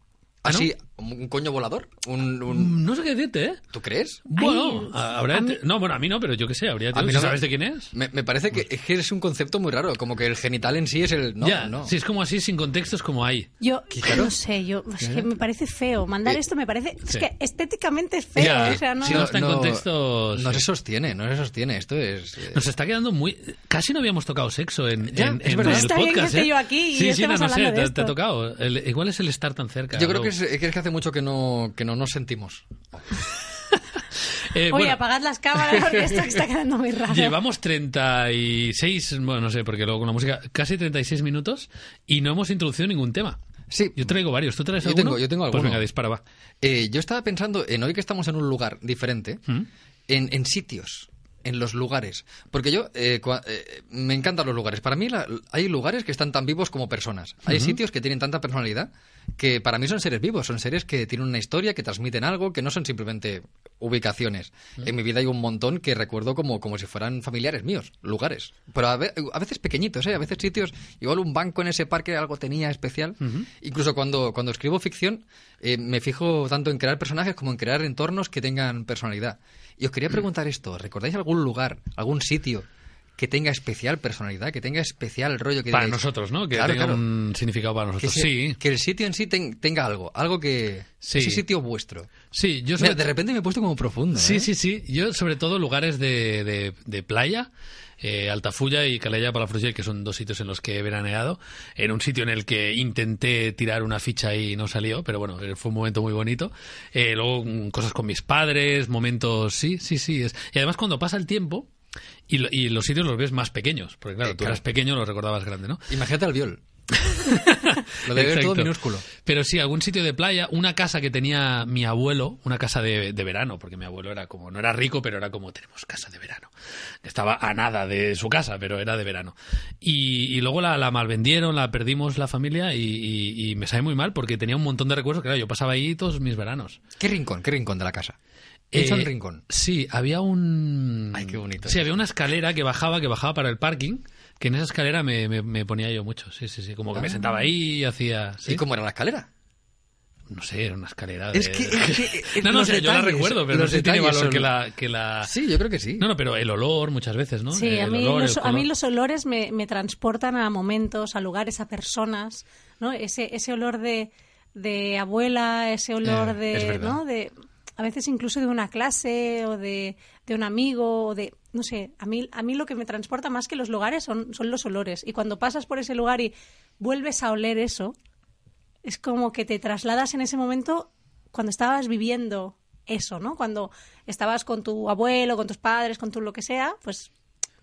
¿Ah, no?
Así, un coño volador. Un, un-
No sé qué decirte, ¿eh?
¿Tú crees?
Bueno, a- habrá.
a mí-
No, bueno, a mí no, pero yo qué sé, habría.
A mí
tíos-
no me-
¿Sabes de quién es?
Me, me parece que es, que es un concepto muy raro, como que el genital en sí es el... No,
ya,
no.
si es como así, sin contexto, es como ahí.
Yo
Claro.
no sé, yo es que me parece feo. Mandar
Eh,
esto me parece. Es
sí.
que estéticamente es feo.
Ya,
o sea, no,
sí, no está en contexto,
No
sí.
se sostiene, no se sostiene. Esto es...
<laughs>
eh,
Nos está quedando muy. Casi no habíamos tocado sexo en,
Ya,
en-
es
en
verdad.
el
Está bien
podcast.
que esté
¿eh?
yo aquí y
sí, sí, no,
estemos
no sé,
hablando de
te, te ha
esto.
tocado. El- igual es el estar tan cerca.
Yo creo
Lou.
que es, que es que hace mucho que no, que no nos sentimos.
Eh,
Oye,
bueno,
apagad las cámaras <laughs> porque esto está quedando
<laughs>
muy raro.
Llevamos 36, bueno, no sé, porque luego con la música, casi 36 minutos y no hemos introducido ningún tema.
Sí.
Yo traigo varios. ¿Tú traes
Yo
alguno?
tengo- yo tengo
Pues
alguno.
venga, dispara, va.
Eh, yo estaba pensando en hoy que estamos en un lugar diferente,
¿Mm?
en, en sitios, en los lugares. Porque yo eh, cua- eh, me encantan los lugares. Para mí la- hay lugares que están tan vivos como personas. Hay sitios que tienen tanta personalidad que para mí son seres vivos, son seres que tienen una historia, que transmiten algo, que no son simplemente ubicaciones. En mi vida hay un montón que recuerdo como, como si fueran familiares míos, lugares. Pero a, ve- a veces pequeñitos, ¿eh? a veces sitios, igual un banco en ese parque algo tenía especial. Incluso cuando, cuando escribo ficción eh, me fijo tanto en crear personajes como en crear entornos que tengan personalidad. Y os
Mm.
quería preguntar esto, ¿recordáis algún lugar, algún sitio que tenga especial personalidad, que tenga especial rollo? Que
Para
digáis-
nosotros, ¿no? Que
Claro,
tenga
claro.
un significado para
Que,
nosotros.
se-
Sí,
que el sitio en sí ten- tenga algo, algo que...
Sí.
Ese sitio vuestro.
sí, yo
Mira,
sobre-
de repente me he puesto como profundo.
Sí,
¿eh?
sí, sí. Yo sobre todo lugares de, de- de playa, eh, Altafulla y Calella Palafrugell, que son dos sitios en los que he veraneado. En un sitio en el que intenté tirar una ficha y no salió, pero bueno, eh, fue un momento muy bonito. Eh, luego mm, cosas con mis padres, momentos... Sí, sí, sí. Es... Y además cuando pasa el tiempo... Y, lo- y los sitios los ves más pequeños, porque claro,
Eh,
tú eras
claro.
pequeño, lo recordabas grande, ¿no?
Imagínate al <laughs> viol. Lo de ver todo
Exacto.
minúsculo.
Pero sí, algún sitio de playa, una casa que tenía mi abuelo, una casa de, de verano, porque mi abuelo era como, no era rico, pero era como, tenemos casa de verano. Estaba a nada de su casa, pero era de verano. Y, y luego la, la malvendieron, la perdimos la familia y, y- y me sabe muy mal porque tenía un montón de recuerdos. Claro, yo pasaba ahí todos mis veranos.
¿Qué rincón? ¿Qué rincón de la casa?
Eh,
Hecho un rincón.
Sí, había un.
Ay, qué bonito.
Sí, había una escalera que bajaba, que bajaba para el parking, que en esa escalera me, me- me ponía yo mucho. Sí, sí, sí.
Ah.
Como que me sentaba ahí y hacía.
¿Y
sí.
cómo era la escalera?
No sé, era una escalera de...
Es que- es
<laughs>
que-
no, no
los
sé, yo la
detalles,
recuerdo, pero no
los
sé si tiene
detalles son-
valor que la... Que la...
Sí, yo creo que sí.
Ah. No, no, pero el olor muchas veces, ¿no? Eh,
Sí, a
El
mí,
olor,
los,
el
a mí
color.
los olores me, me transportan a momentos, a lugares, a personas, ¿no? Ese, ese olor de, de abuela, ese olor
Eh, es
de,
verdad.
¿no? De, a veces incluso de una clase o de, de un amigo o de, no sé, a mí, a mí lo que me transporta más que los lugares son, son los olores. Y cuando pasas por ese lugar y vuelves a oler eso, es como que te trasladas en ese momento cuando estabas viviendo eso, ¿no? Cuando estabas con tu abuelo, con tus padres, con tu lo que sea, pues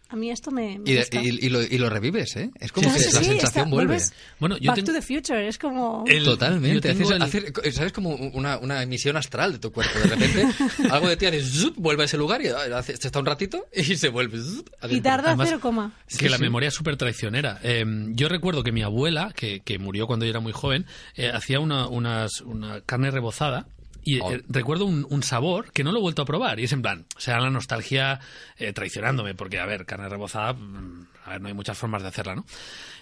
A mí esto me, me
Y, de-
gusta.
y- y lo, y lo revives, ¿eh? Es como
Claro,
que
sí,
la
sí,
sensación
está-
vuelve.
vuelves
Bueno, yo
Back
tengo-
to the Future es como...
El- yo
Totalmente.
tengo
Haces,
el- <laughs>
hacer- ¿Sabes? Como una, una emisión astral de tu cuerpo. De repente, algo de ti hace zup, vuelve a ese lugar y ah, hace- se está un ratito y se vuelve. zup, a
y
dentro.
tarda
además-
cero coma.
Que
Sí,
la
sí.
memoria es súper traicionera. Eh, yo recuerdo que mi abuela, que, que murió cuando yo era muy joven, eh, hacía una, unas- una carne rebozada. Y eh,
Oh.
recuerdo un, un sabor que no lo he vuelto a probar. Y es en plan, o sea, la nostalgia eh, traicionándome. Porque, a ver, carne rebozada, mm, a ver, no hay muchas formas de hacerla, ¿no?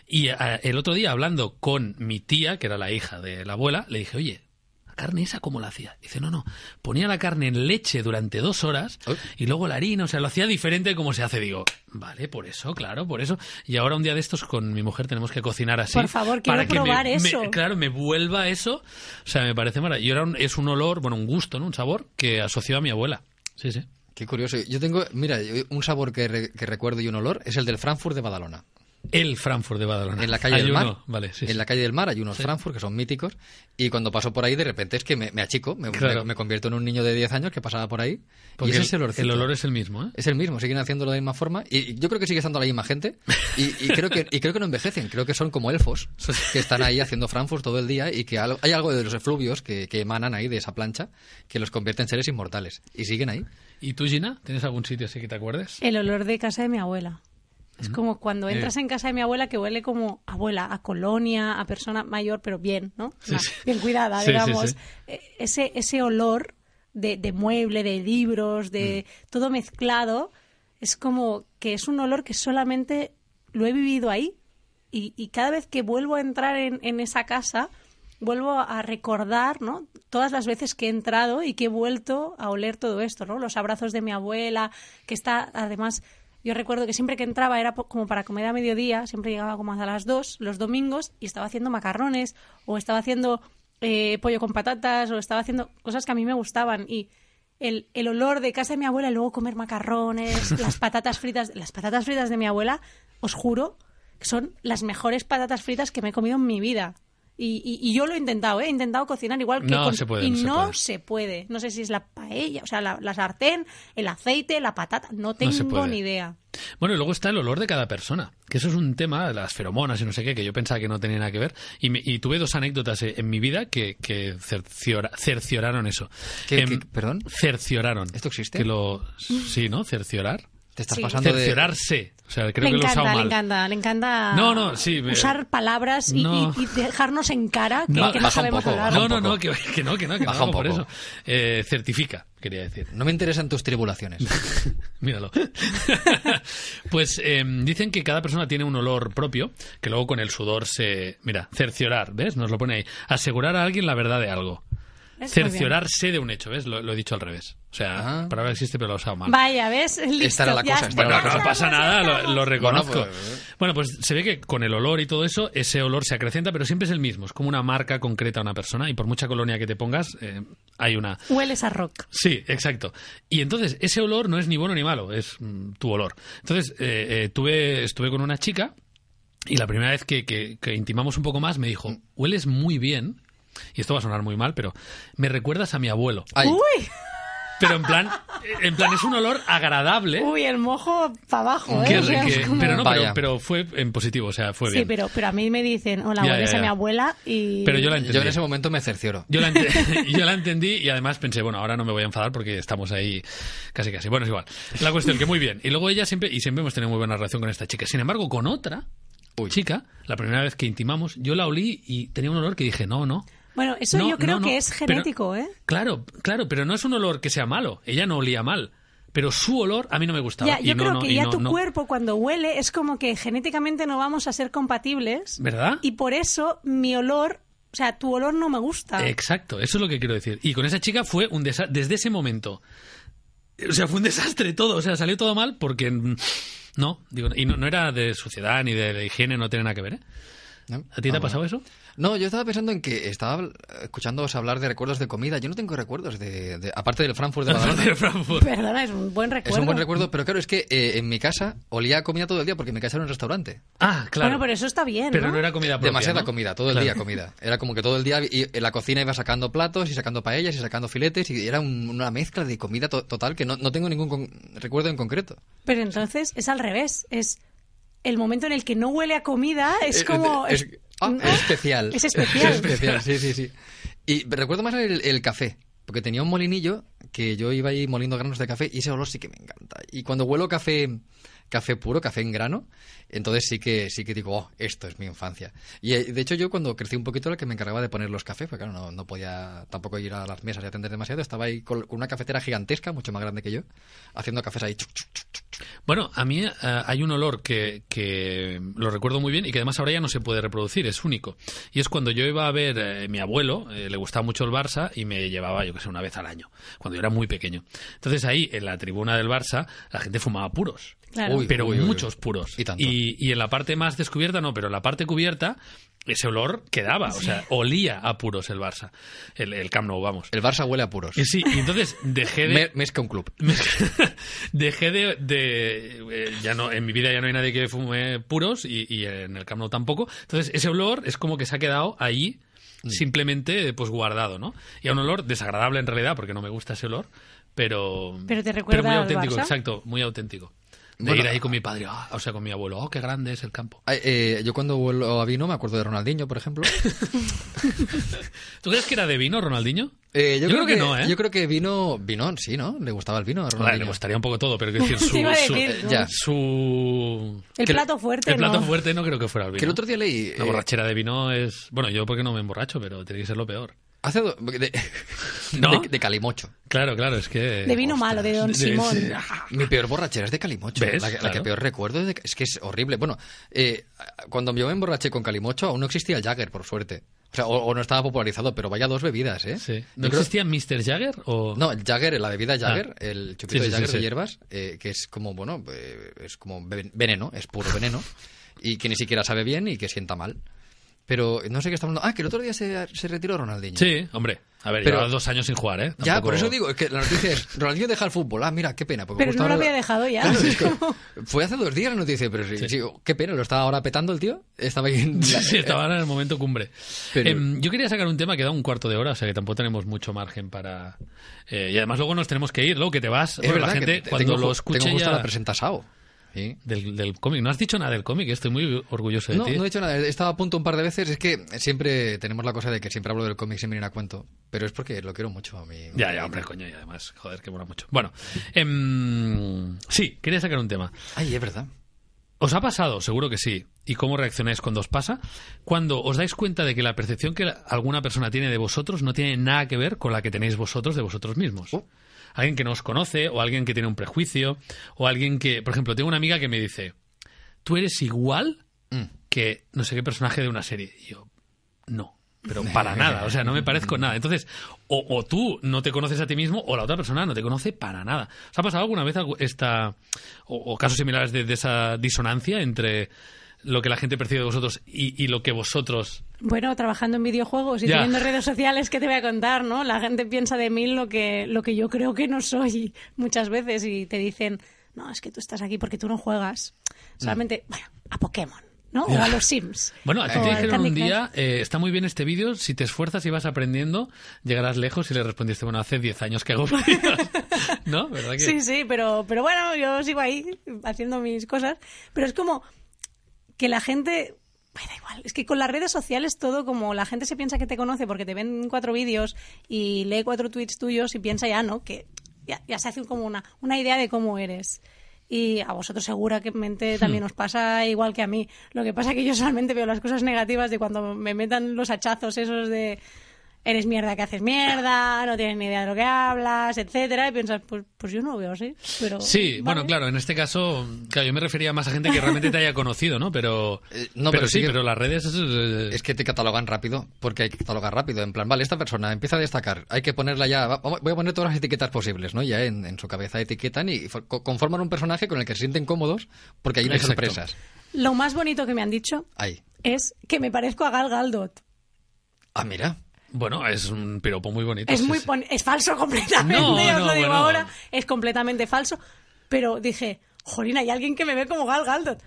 Y eh, el otro día, hablando con mi tía, que era la hija de la abuela, le dije, oye, ¿la carne esa cómo la hacía? Dice, no, no, ponía la carne en leche durante dos horas
Uy.
y luego la harina, o sea, lo hacía diferente de como se hace. Digo, vale, por eso, claro, por eso. Y ahora un día de estos con mi mujer tenemos que cocinar así.
Por favor, quiero
para que me-
probar
me-
eso.
claro, me vuelva eso. O sea, me parece maravilloso. Y ahora un- es un olor, bueno, un gusto, ¿no? Un sabor que asoció a mi abuela. Sí, sí.
Qué curioso. Yo tengo, mira, yo- un sabor que, re- que recuerdo y un olor es el del Frankfurt de Badalona.
El Frankfurt de Badalona.
En la calle
Hay
del
uno,
mar.
Vale, sí. sí.
En la calle del mar hay unos Frankfurt que son míticos. Y cuando paso por ahí, de repente es que me, me achico, me,
Claro.
me- me convierto en un niño de 10 años que pasaba por ahí.
Porque
y ese es el,
el,
olorcito.
el olor es el mismo, ¿eh?
Es el mismo, siguen haciéndolo de la misma forma. Y y yo creo que sigue estando la misma gente. Y, y creo que, y creo que no envejecen, creo que son como elfos que están ahí haciendo Frankfurt todo el día y que al- hay algo de los efluvios que, que emanan ahí de esa plancha que los convierte en seres inmortales. Y siguen ahí.
¿Y tú, Gina? ¿Tienes algún sitio así que te acuerdes?
El olor de casa de mi abuela.
Mm.
Es como
Eh.
cuando entras en casa de mi abuela que huele como abuela, a colonia, a persona mayor, pero bien, ¿no? Una- Bien cuidada,
Sí, sí,
digamos.
sí.
Eh, Ese, ese olor de, de mueble, de libros, de
Mm.
todo mezclado, es como que es un olor que solamente lo he vivido ahí. Y, y cada vez que vuelvo a entrar en, en esa casa, vuelvo a recordar, ¿no? Todas las veces que he entrado y que he vuelto a oler todo esto, ¿no? Los abrazos de mi abuela, que está, además, yo recuerdo que siempre que entraba era po- como para comer a mediodía, siempre llegaba como a las dos, los domingos, y estaba haciendo macarrones, o estaba haciendo eh, pollo con patatas, o estaba haciendo cosas que a mí me gustaban. Y el, el olor de casa de mi abuela y luego
<laughs>
comer macarrones, las patatas fritas, las patatas fritas de mi abuela, os juro, que son las mejores patatas fritas que me he comido en mi vida. Y, y- y yo lo he intentado, ¿eh? he intentado cocinar igual que
No
con-
se puede,
y
no se
no
puede.
se puede. No sé si es la paella, o sea, la, la sartén, el aceite, la patata, no
No
tengo
se puede.
ni idea.
Bueno, y luego está el olor de cada persona, que eso es un tema, las feromonas y no sé qué, que yo pensaba que no tenía nada que ver. Y, me- y tuve dos anécdotas eh, en mi vida que, que cerciora- cercioraron eso.
¿Qué-
Em,
qué- perdón?
Cercioraron.
¿Esto existe?
Que lo, sí, ¿no? Cerciorar.
Te estás
Sí.
pasando de.
Cerciorarse. O sea, creo
le
que lo he
encanta,
usado
le
mal.
encanta, le encanta
No, no, sí, me-
usar palabras y,
No.
y- y dejarnos en cara que que
No,
no,
baja un
sabemos
poco,
hablar.
baja
No,
un
no,
poco.
no, que, que no, que no, que
Baja
no,
un
por
poco.
eso. Eh, certifica, quería decir.
No me interesan tus
<laughs>
tribulaciones.
Míralo. <laughs> pues eh, dicen que cada persona tiene un olor propio, que luego con el sudor se... Mira, cerciorar, ¿ves? Nos lo pone ahí. Asegurar a alguien la verdad de algo.
¿Ves? Muy bien.
Cerciorarse de un hecho, ¿ves? Lo, lo he dicho al revés. O sea,
Ah.
palabra existe, pero este lo he usado mal.
Vaya, ¿ves? Listo,
era la
ya
cosa,
está.
esta Pero
Bueno, no
nosotros
pasa nada, lo, lo reconozco. Bueno
Bueno,
pues,
pues-
se ve que con el olor y todo eso, ese olor se acrecenta, pero siempre es el mismo. Es como una marca concreta a una persona y por mucha colonia que te pongas, eh, hay una.
Hueles a rock.
Sí, exacto. Y entonces, ese olor no es ni bueno ni malo, es mm, tu olor. Entonces, eh, eh, tuve, estuve con una chica y la primera vez que, que- que intimamos un poco más me dijo, hueles muy bien, y esto va a sonar muy mal, pero me recuerdas a mi abuelo.
Ay,
Uy,
Pero en plan, en plan es un olor agradable.
uy, el mojo para abajo, ¿eh?
que-
O sea,
que-
es como-
¿Eh? pero no, pero,
Vaya.
pero fue en positivo, o sea, fue
Sí,
bien.
pero, pero a mí me dicen, hola,
Ya,
hueles
ya,
a mi
ya.
abuela y...
Pero yo la entendí.
yo en ese momento me cercioro.
Yo la, ent- <laughs> yo la entendí y además pensé, bueno, ahora no me voy a enfadar porque estamos ahí casi casi. Bueno, es igual. La cuestión que muy bien. Y luego ella siempre, y siempre hemos tenido muy buena relación con esta chica. Sin embargo, con otra
Uy.
chica, la primera vez que intimamos, yo la olí y tenía un olor que dije, no, no.
Bueno, eso
No,
yo creo
no, no.
que es
Pero-
genético, ¿eh?
Claro, claro, pero no es un olor que sea malo. Ella no olía mal. Pero su olor a mí no me gustaba.
Ya,
Y
yo
no,
creo
no,
que
y
ya
no,
tu
no.
cuerpo cuando huele es como que genéticamente no vamos a ser compatibles.
¿Verdad?
Y por eso mi olor, o sea, tu olor no me gusta.
Exacto, eso es lo que quiero decir. Y con esa chica fue un desastre, desde ese momento. O sea, fue un desastre todo, o sea, salió todo mal porque mm, no, digo, y no, no era de suciedad ni de, higiene, no tiene nada que ver, ¿eh?
¿No?
¿A ti te
Ah,
ha pasado eso? <laughs>
No, yo estaba pensando en que estaba eh, escuchándoos hablar de recuerdos de comida. Yo no tengo recuerdos de, de- aparte del Frankfurt de Badalona.
De Frankfurt.
Perdona, es un buen recuerdo.
Es un buen recuerdo, pero claro, es que eh, en mi casa olía a comida todo el día porque mi casa era un restaurante.
Ah, claro.
Bueno, pero eso está bien,
Pero
¿no?
no era comida propia,
Demasiada
¿no?
comida, todo el
Claro.
día comida. Era como que todo el día y en la cocina iba sacando platos y sacando paellas y sacando filetes y era un- una mezcla de comida to- total que no, no tengo ningún con- recuerdo en concreto.
Pero entonces es al revés. Es el momento en el que no huele a comida, es
Eh,
como.
eh, es- ah,
no,
es especial.
Es
<laughs>
especial.
Es especial, sí, sí, sí. Y recuerdo más el, el café, porque tenía un molinillo que yo iba ahí moliendo granos de café y ese olor sí que me encanta. Y cuando huelo café café puro, café en grano, entonces sí que sí que digo, oh, esto es mi infancia. Y eh, de hecho yo cuando crecí un poquito era el que me encargaba de poner los cafés, porque claro, no, no podía tampoco ir a las mesas y atender demasiado, estaba ahí con, con una cafetera gigantesca, mucho más grande que yo, haciendo cafés ahí. chuc, chuc, chuc.
Bueno, a mí eh, hay un olor que, que lo recuerdo muy bien y que además ahora ya no se puede reproducir, es único. Y es cuando yo iba a ver, eh, mi abuelo eh, le gustaba mucho el Barça y me llevaba, yo que sé, una vez al año, cuando yo era muy pequeño. Entonces ahí, en la tribuna del Barça, la gente fumaba puros.
Claro.
Uy,
pero
uy, uy, uy.
muchos puros.
Y tanto.
y en la parte más descubierta, no, pero en la parte cubierta, ese olor quedaba. O sea, olía a puros el Barça. El, el Camp Nou, vamos.
El Barça huele a puros.
Y sí, y entonces dejé de...
Eh, Me- Més que un club.
Me- <laughs> dejé de, de- eh, ya no en mi vida ya no hay nadie que fume puros y, y en el Camp Nou tampoco entonces ese olor es como que se ha quedado ahí
Mm.
simplemente eh, pues guardado no y a un olor desagradable en realidad porque no me gusta ese olor pero
Pero te recuerda
muy
al
auténtico
Barça.
exacto muy auténtico de
Bueno,
ir ahí con mi padre ah, o sea con mi abuelo oh qué grande es el campo
Ay, eh, yo cuando vuelvo a vino me acuerdo de Ronaldinho, por
<laughs>
ejemplo.
tú crees que era de vino Ronaldinho
Eh,
Yo creo que no, ¿eh?
Yo creo que vino, vino, sí, ¿no? Le gustaba el vino a
Vale,
Ronaldinho.
me gustaría un poco todo pero
<laughs>
quiero decir
<laughs> Te
su,
iba a
su-
decir,
¿no? Ya.
su
El
que-
plato fuerte,
el plato
no.
fuerte no creo que fuera el vino
que el otro día leí...
La
eh,
borrachera de vino es. Bueno, yo porque no me emborracho, pero tiene que ser lo peor.
hace do- de, <laughs>
¿No?
de- de Calimocho.
Claro, claro, es que.
De vino malo, de Don
de-
Simón. <laughs>
de-
Mi peor borrachera es de Calimocho.
¿Ves?
La, que- la que
Claro.
peor recuerdo es, de- es que es horrible. Bueno, eh, cuando yo me emborraché con Calimocho aún no existía el Jagger, por suerte. O sea, o, o no estaba popularizado, pero vaya dos bebidas, ¿eh?
Sí.
Yo
¿No
creo-
existía Mr. Jagger? O...
No, el Jagger, la bebida Jagger,
Ah.
el chupito
Sí, sí,
de Jagger
sí,
de
sí.
hierbas, eh, que es como, bueno, eh, es como ven- veneno, es puro veneno, y que ni siquiera sabe bien y que sienta mal. Pero no sé qué está hablando. Ah, que el otro día se, se retiró Ronaldinho.
Sí, hombre. A ver,
Pero-
llevaba dos años sin jugar, ¿eh?
Ya,
Tampoco-
por eso digo, es que la noticia es, Ronaldinho deja el fútbol. Ah, mira, qué pena. Porque
Pero
justo
no lo
ahora-
había dejado ya. <laughs>
Claro, es que fue hace dos días la noticia, pero sí, sí, qué pena, lo estaba ahora petando el tío. Estaba ahí en
Sí,
la-
<laughs> sí, estaba en el momento cumbre.
Pero-
Em, yo quería sacar un tema que da un cuarto de hora, o sea que tampoco tenemos mucho margen para. eh, y además luego nos tenemos que ir, luego que te
Es
vas. Bueno, la
verdad
gente
que te-
cuando
tengo,
lo
ju-
escuche
tengo justo
ya-
la presenta Sao. Sí.
Del, del cómic. No has dicho nada del cómic, estoy muy orgulloso de
No,
ti.
no he dicho nada. He estado a punto un par de veces. Es que siempre tenemos la cosa de que siempre hablo del cómic sin venir a cuento. Pero es porque lo quiero mucho a mí.
Ya, ya, hombre, coño, y además, joder, que mola mucho. Bueno, em, sí, quería sacar un tema.
Ay, es verdad.
¿Os ha pasado? Seguro que sí. ¿Y cómo reaccionáis cuando os pasa? Cuando os dais cuenta de que la percepción que la- alguna persona tiene de vosotros no tiene nada que ver con la que tenéis vosotros de vosotros mismos.
Oh.
Alguien que no os conoce, o alguien que tiene un prejuicio, o alguien que, por ejemplo, tengo una amiga que me dice, tú eres igual que no sé qué personaje de una serie. Y yo, no, pero para nada, o sea, no me parezco en nada. Entonces, o, o tú no te conoces a ti mismo o la otra persona no te conoce para nada. ¿Os ha pasado alguna vez algu- esta, o, o casos similares de, de esa disonancia entre lo que la gente percibe de vosotros y, y lo que vosotros...
Bueno, trabajando en videojuegos y
Ya.
teniendo redes sociales, ¿qué te voy a contar, no? La gente piensa de mí lo que, lo que yo creo que no soy muchas veces y te dicen, no, es que tú estás aquí porque tú no juegas. Solamente, bueno, a Pokémon, ¿no? O a los Sims.
Bueno, a ti
O
te
al
dijeron un
Candy
día, eh, está muy bien este vídeo, si te esfuerzas y vas aprendiendo, llegarás lejos y le respondiste, bueno, hace 10 años que hago <laughs> vídeos". ¿No? ¿Verdad que?
Crush. Sí, sí, pero, pero bueno, yo sigo ahí haciendo mis cosas. Pero es como que la gente... Ay, da igual, es que con las redes sociales todo como la gente se piensa que te conoce porque te ven cuatro vídeos y lee cuatro tweets tuyos y piensa ya, ¿no? Que ya, ya se hace como una, una idea de cómo eres. Y a vosotros
Hmm.
seguramente también os pasa igual que a mí. Lo que pasa que yo solamente veo las cosas negativas de cuando me metan los hachazos esos de... eres mierda que haces mierda, no tienes ni idea de lo que hablas, etcétera, y piensas, pues, pues yo no lo veo así, pero...
Sí,
vale.
bueno, claro, en este caso, claro, yo me refería más a gente que realmente te haya conocido, ¿no? Pero,
Eh, no,
pero,
pero
sí,
sí que-
pero las redes... eh,
Es que te catalogan rápido, porque hay que catalogar rápido. En plan, vale, esta persona empieza a destacar, hay que ponerla ya, va- vamos- voy a poner todas las etiquetas posibles, ¿no? Ya en, en su cabeza etiquetan y for- co- conforman un personaje con el que se sienten cómodos, porque hay unas
Exacto.
sorpresas.
Lo más bonito que me han dicho
Ahí.
es que me parezco a Gal Galdot.
Ah, mira.
Bueno, es un piropo muy bonito.
Es
sí,
muy
sí.
pon- es falso <laughs> completamente,
No,
os
no,
lo digo
bueno.
ahora, es completamente falso. Pero dije, jolín, hay alguien que me ve como
<laughs>
Gal Galdot.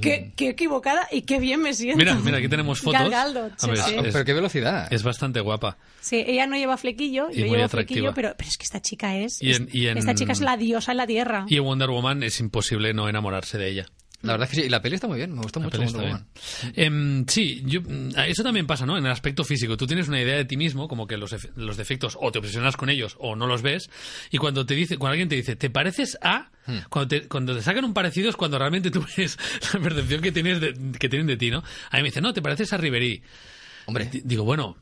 qué, qué equivocada y qué bien me siento.
Mira, mira, aquí tenemos fotos.
Gal Gadot,
A
sí,
ver,
sí.
Ah,
es,
pero qué velocidad.
es bastante guapa.
Sí, ella no lleva flequillo,
Y
yo
muy
llevo
atractiva.
flequillo, pero, pero es que esta chica es,
Y en-
es-
y en-
esta chica es la diosa en la tierra.
Y en Wonder Woman es imposible no enamorarse de ella.
La verdad es que sí. Y la peli está muy bien, me gustó
La
mucho.
peli
Wonder
está
Woman.
bien. Em, sí, yo- mm, eso también pasa, ¿no? En el aspecto físico. Tú tienes una idea de ti mismo, como que los, efe- los defectos o te obsesionas con ellos o no los ves. Y cuando te dice, cuando alguien te dice, ¿te pareces a? Cuando te, cuando te sacan un parecido es cuando realmente tú <laughs> ves la percepción que tienes de, que tienen de ti, ¿no? A mí me dicen, no, te pareces a Ribery.
Hombre,
D- Digo, bueno,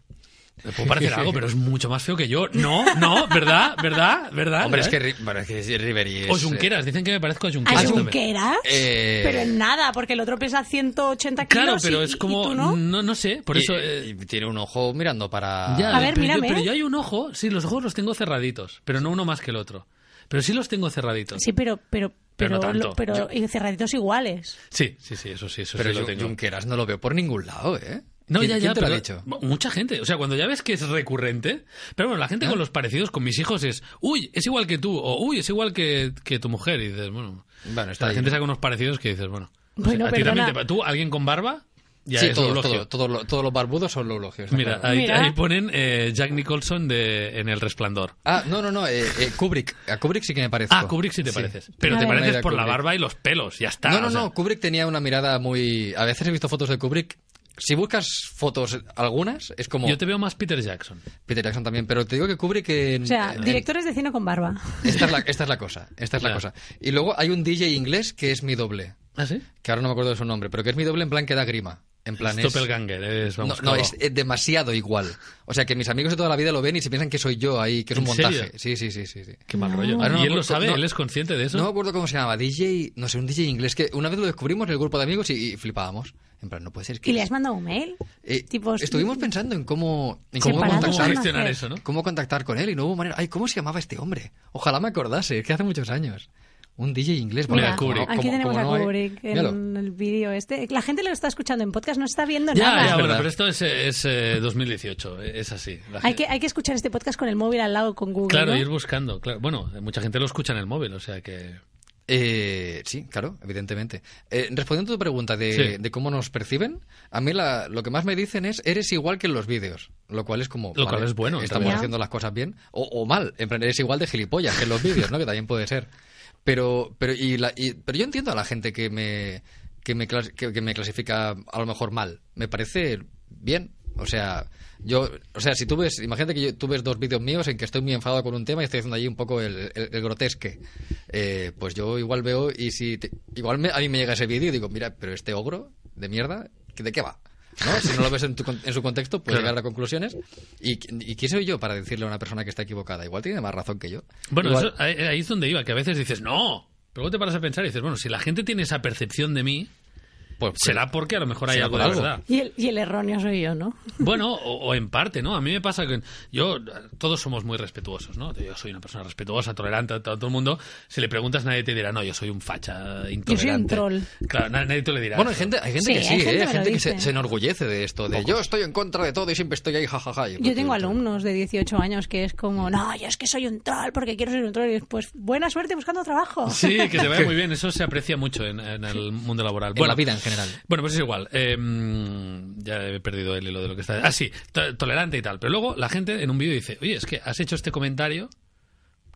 me puedo parecer algo, pero es mucho más feo que yo. No, no, ¿verdad? ¿Verdad? ¿Verdad?
hombre, es que,
¿verdad?
Ri- bueno, es que sí, Riveri es...
O Junqueras, dicen que me parezco a
¿A
Junqueras. también.
Junqueras?
Eh,
Pero en nada, porque el otro pesa 180 kilos
Claro, pero
y-
es
y
como.
tú
No?
no.
no, sé. Por
y-
eso.
y
eh,
tiene un ojo mirando para...
ya,
A ver,
pero,
mírame.
Yo, pero yo hay un ojo. Sí, los ojos los tengo cerraditos. Pero no uno más que el otro. Pero sí los tengo cerraditos.
Sí, pero... pero
Pero no tanto.
lo- pero y cerraditos iguales.
sí, sí, sí, eso sí, eso
Pero
sí lo
Jun-
tengo.
Junqueras no lo veo por ningún lado, ¿eh?
No,
¿Quién-
ya, ya.
¿Quién te lo
pero-
ha dicho?
Mucha gente. O sea, cuando ya ves que es recurrente. Pero bueno, la
¿Eh?
gente con los parecidos con mis hijos es. Uy, es igual que tú. O uy, es igual que, que tu mujer. Y dices, bueno.
Bueno, está
La
ahí,
gente
¿no?
saca unos parecidos que dices, bueno. o
Bueno,
sea, a ti también
perdona.
te- Tú, alguien con barba. Ya
sí,
es
todos,
zoologio.
todos, todos, los- todos los barbudos son loologios. está
Mira, ah.
claro.
ahí,
Mira.
ahí ponen eh, Jack Nicholson de, en El Resplandor.
Ah, no, no, no, eh, eh, Kubrick. A Kubrick sí que me parece.
Ah, Kubrick sí te pareces. Pero
A
te
ver.
pareces
Mira,
por la
Kubrick.
barba y los pelos, ya está.
No, no,
o sea,
no, Kubrick tenía una mirada muy... A veces he visto fotos de Kubrick. Si buscas fotos algunas, es como...
Yo te veo más Peter Jackson.
Peter Jackson también, pero te digo que Kubrick... en-
O sea,
Eh,
en-
directores de cine con barba.
Esta es, la, esta es la cosa, esta es la
Ya.
cosa. Y luego hay un DJ inglés que es mi doble,
¿Ah, sí?
que ahora no me acuerdo de su nombre, pero que es mi doble en plan que da grima. En plan es...
Doppelganger, es,
No,
vamos,
no,
claro.
es eh, demasiado igual. O sea, que mis amigos de toda la vida lo ven y se piensan que soy yo ahí, que es un
¿En serio?
montaje. Sí, sí, sí, sí. sí.
Qué mal rollo.
Ahora Ah, no
y
me
él lo
acuerdo-
sabe,
no-
él es consciente de eso.
No me acuerdo cómo se llamaba, DJ, no sé, un DJ inglés, que una vez lo descubrimos en el grupo de amigos y, y flipábamos. En plan, no puede ser que...
¿Y le has mandado un mail?
Eh,
tipo,
estuvimos pensando en cómo... En
¿Cómo,
Separado,
cómo
contactar-
¿no?
gestionar
Hacer.
eso, no?
cómo contactar con él y no hubo manera. Ay, ¿cómo se llamaba este hombre? Ojalá me acordase, es que hace muchos años. Un DJ inglés.
Mira,
bueno, como-
Kubrick.
como-
Aquí tenemos
como no
a
hay-
Kubrick
míralo.
en el vídeo este. La gente lo está escuchando en podcast, no está viendo
Ya,
nada.
ya,
Es
bueno,
verdad.
pero esto es, eh, es, eh, 2018, eh, es así. La
Hay
gente-
que, hay que escuchar este podcast con el móvil al lado con Google.
Claro,
¿no?
ir buscando. Claro. Bueno, eh, mucha gente lo escucha en el móvil, o sea que...
Eh, sí, claro, evidentemente. Eh, respondiendo a tu pregunta de,
Sí.
de cómo nos perciben, a mí la- lo que más me dicen es eres igual que en los vídeos, lo cual es como...
Lo cual es bueno, en
Estamos
realidad.
haciendo las cosas bien o, o mal, en plan, eres igual de gilipollas que en los vídeos, ¿no? Que también puede ser. Pero, pero, y la- y- pero yo entiendo a la gente que me, que, me clas- que- que me clasifica a lo mejor mal. Me parece bien. O sea, yo, o sea, si tú ves, imagínate que yo, tú ves dos vídeos míos en que estoy muy enfadado con un tema y estoy haciendo allí un poco el, el- el grotesque. Eh, pues yo igual veo y si te- igual me- a mí me llega ese vídeo y digo, mira, pero este ogro de mierda, ¿de qué va? ¿no? Si no lo ves en, tu con- en su contexto, pues puedes
Claro.
llegar a conclusiones. ¿Y, ¿Y quién soy yo para decirle a una persona que está equivocada? Igual tiene más razón que yo.
Bueno,
Igual-
eso- ahí, ahí es donde iba, que a veces dices, no. Pero luego te paras a pensar y dices, bueno, si la gente tiene esa percepción de mí,
pues-
será porque a lo mejor hay
será
algo
por
de
algo.
verdad.
Y el, y el erróneo soy yo, ¿no?
Bueno, o, o en parte, ¿no? A mí me pasa que yo, todos somos muy respetuosos, ¿no? Yo soy una persona respetuosa, tolerante a todo el mundo. Si le preguntas, nadie te dirá, no, yo soy un facha intolerante.
troll.
Claro, na- nadie te lo dirá.
Bueno, hay
eso.
gente, hay gente
Sí,
que sí,
hay
¿eh?
gente que
hay
lo
gente que
dice.
se, se enorgullece de esto, de yo estoy en contra de todo y siempre estoy ahí, jajaja.
Yo tengo alumnos de 18 años que es como, no, yo es que soy un troll porque quiero ser un troll. Y después, buena suerte buscando trabajo. <laughs>
Sí, que
<laughs>
te vaya muy bien. Eso se aprecia mucho en, en el mundo laboral.
En la vida en general.
Bueno, pues es igual. Eh, mm, ya he perdido el hilo de lo que está. Ah, sí, to- tolerante y tal. Pero luego la gente en un vídeo dice, oye, es que has hecho este comentario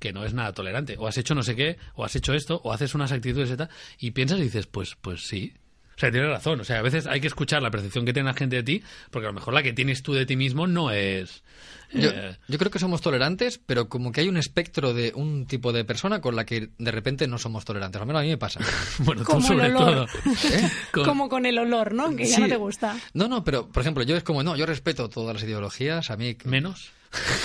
que no es nada tolerante. O has hecho no sé qué, o has hecho esto, o haces unas actitudes y tal. Y piensas y dices, pues, pues sí. O sea, tienes razón. O sea, a veces hay que escuchar la percepción que tiene la gente de ti, porque a lo mejor la que tienes tú de ti mismo no es.
Yo,
eh,
yo creo que somos tolerantes, pero como que hay un espectro de un tipo de persona con la que de repente no somos tolerantes. Al menos a mí me pasa.
bueno, tú
Como el
sobre todo.
olor. <laughs>
¿Eh?
Con-
Como con el olor, ¿no? <laughs> Que ya
Sí.
no te gusta.
No, no, pero por ejemplo, yo es como, no, yo respeto todas las ideologías, a mí...
Menos.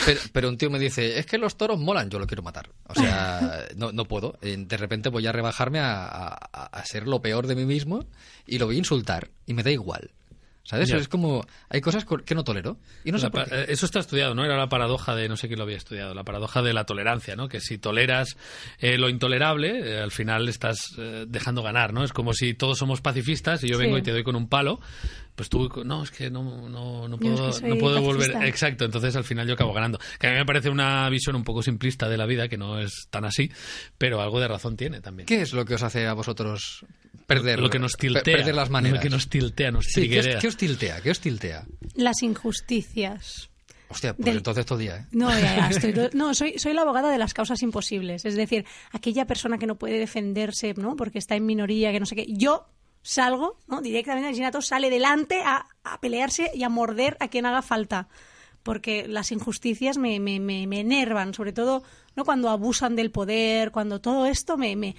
Pero, pero un tío me dice, es que los toros molan, yo lo quiero matar. O sea, no, no puedo. Eh, De repente voy a rebajarme a, a- a ser lo peor de mí mismo y lo voy a insultar y me da igual. ¿Sabes?
Ya.
Es como, hay cosas co- que no tolero y no sé
La
por
pa-
qué.
eh, Eso está estudiado, ¿no? Era la paradoja de, no sé quién lo había estudiado, la paradoja de la tolerancia, ¿no? Que si toleras eh, lo intolerable, eh, al final estás eh, dejando ganar, ¿no? Es como si todos somos pacifistas y yo
Sí.
vengo y te doy con un palo, pues tú, no, es que no, no, no
Yo es
puedo,
que soy
no puedo volver.
pacifista.
Exacto, entonces al final yo acabo ganando. Que a mí me parece una visión un poco simplista de la vida, que no es tan así, pero algo de razón tiene también.
¿Qué es lo que os hace a vosotros perder,
Lo que nos
per-
tiltea.
perder las maneras?
Lo que nos tiltea, nos
Sí, ¿qué, os,
triguea.
qué os tiltea? ¿Qué os tiltea?
Las injusticias.
Hostia, pues
Del- Mm.
entonces todo el día, ¿eh?
No, ya, ya, estoy- no soy, soy la abogada de las causas imposibles. Es decir, aquella persona que no puede defenderse, ¿no? Porque está en minoría, que no sé qué. Yo salgo, ¿no? Directamente al Ginato sale delante a, a pelearse y a morder a quien haga falta. Porque las injusticias me, me, me- me enervan, sobre todo no cuando abusan del poder, cuando todo esto me... me-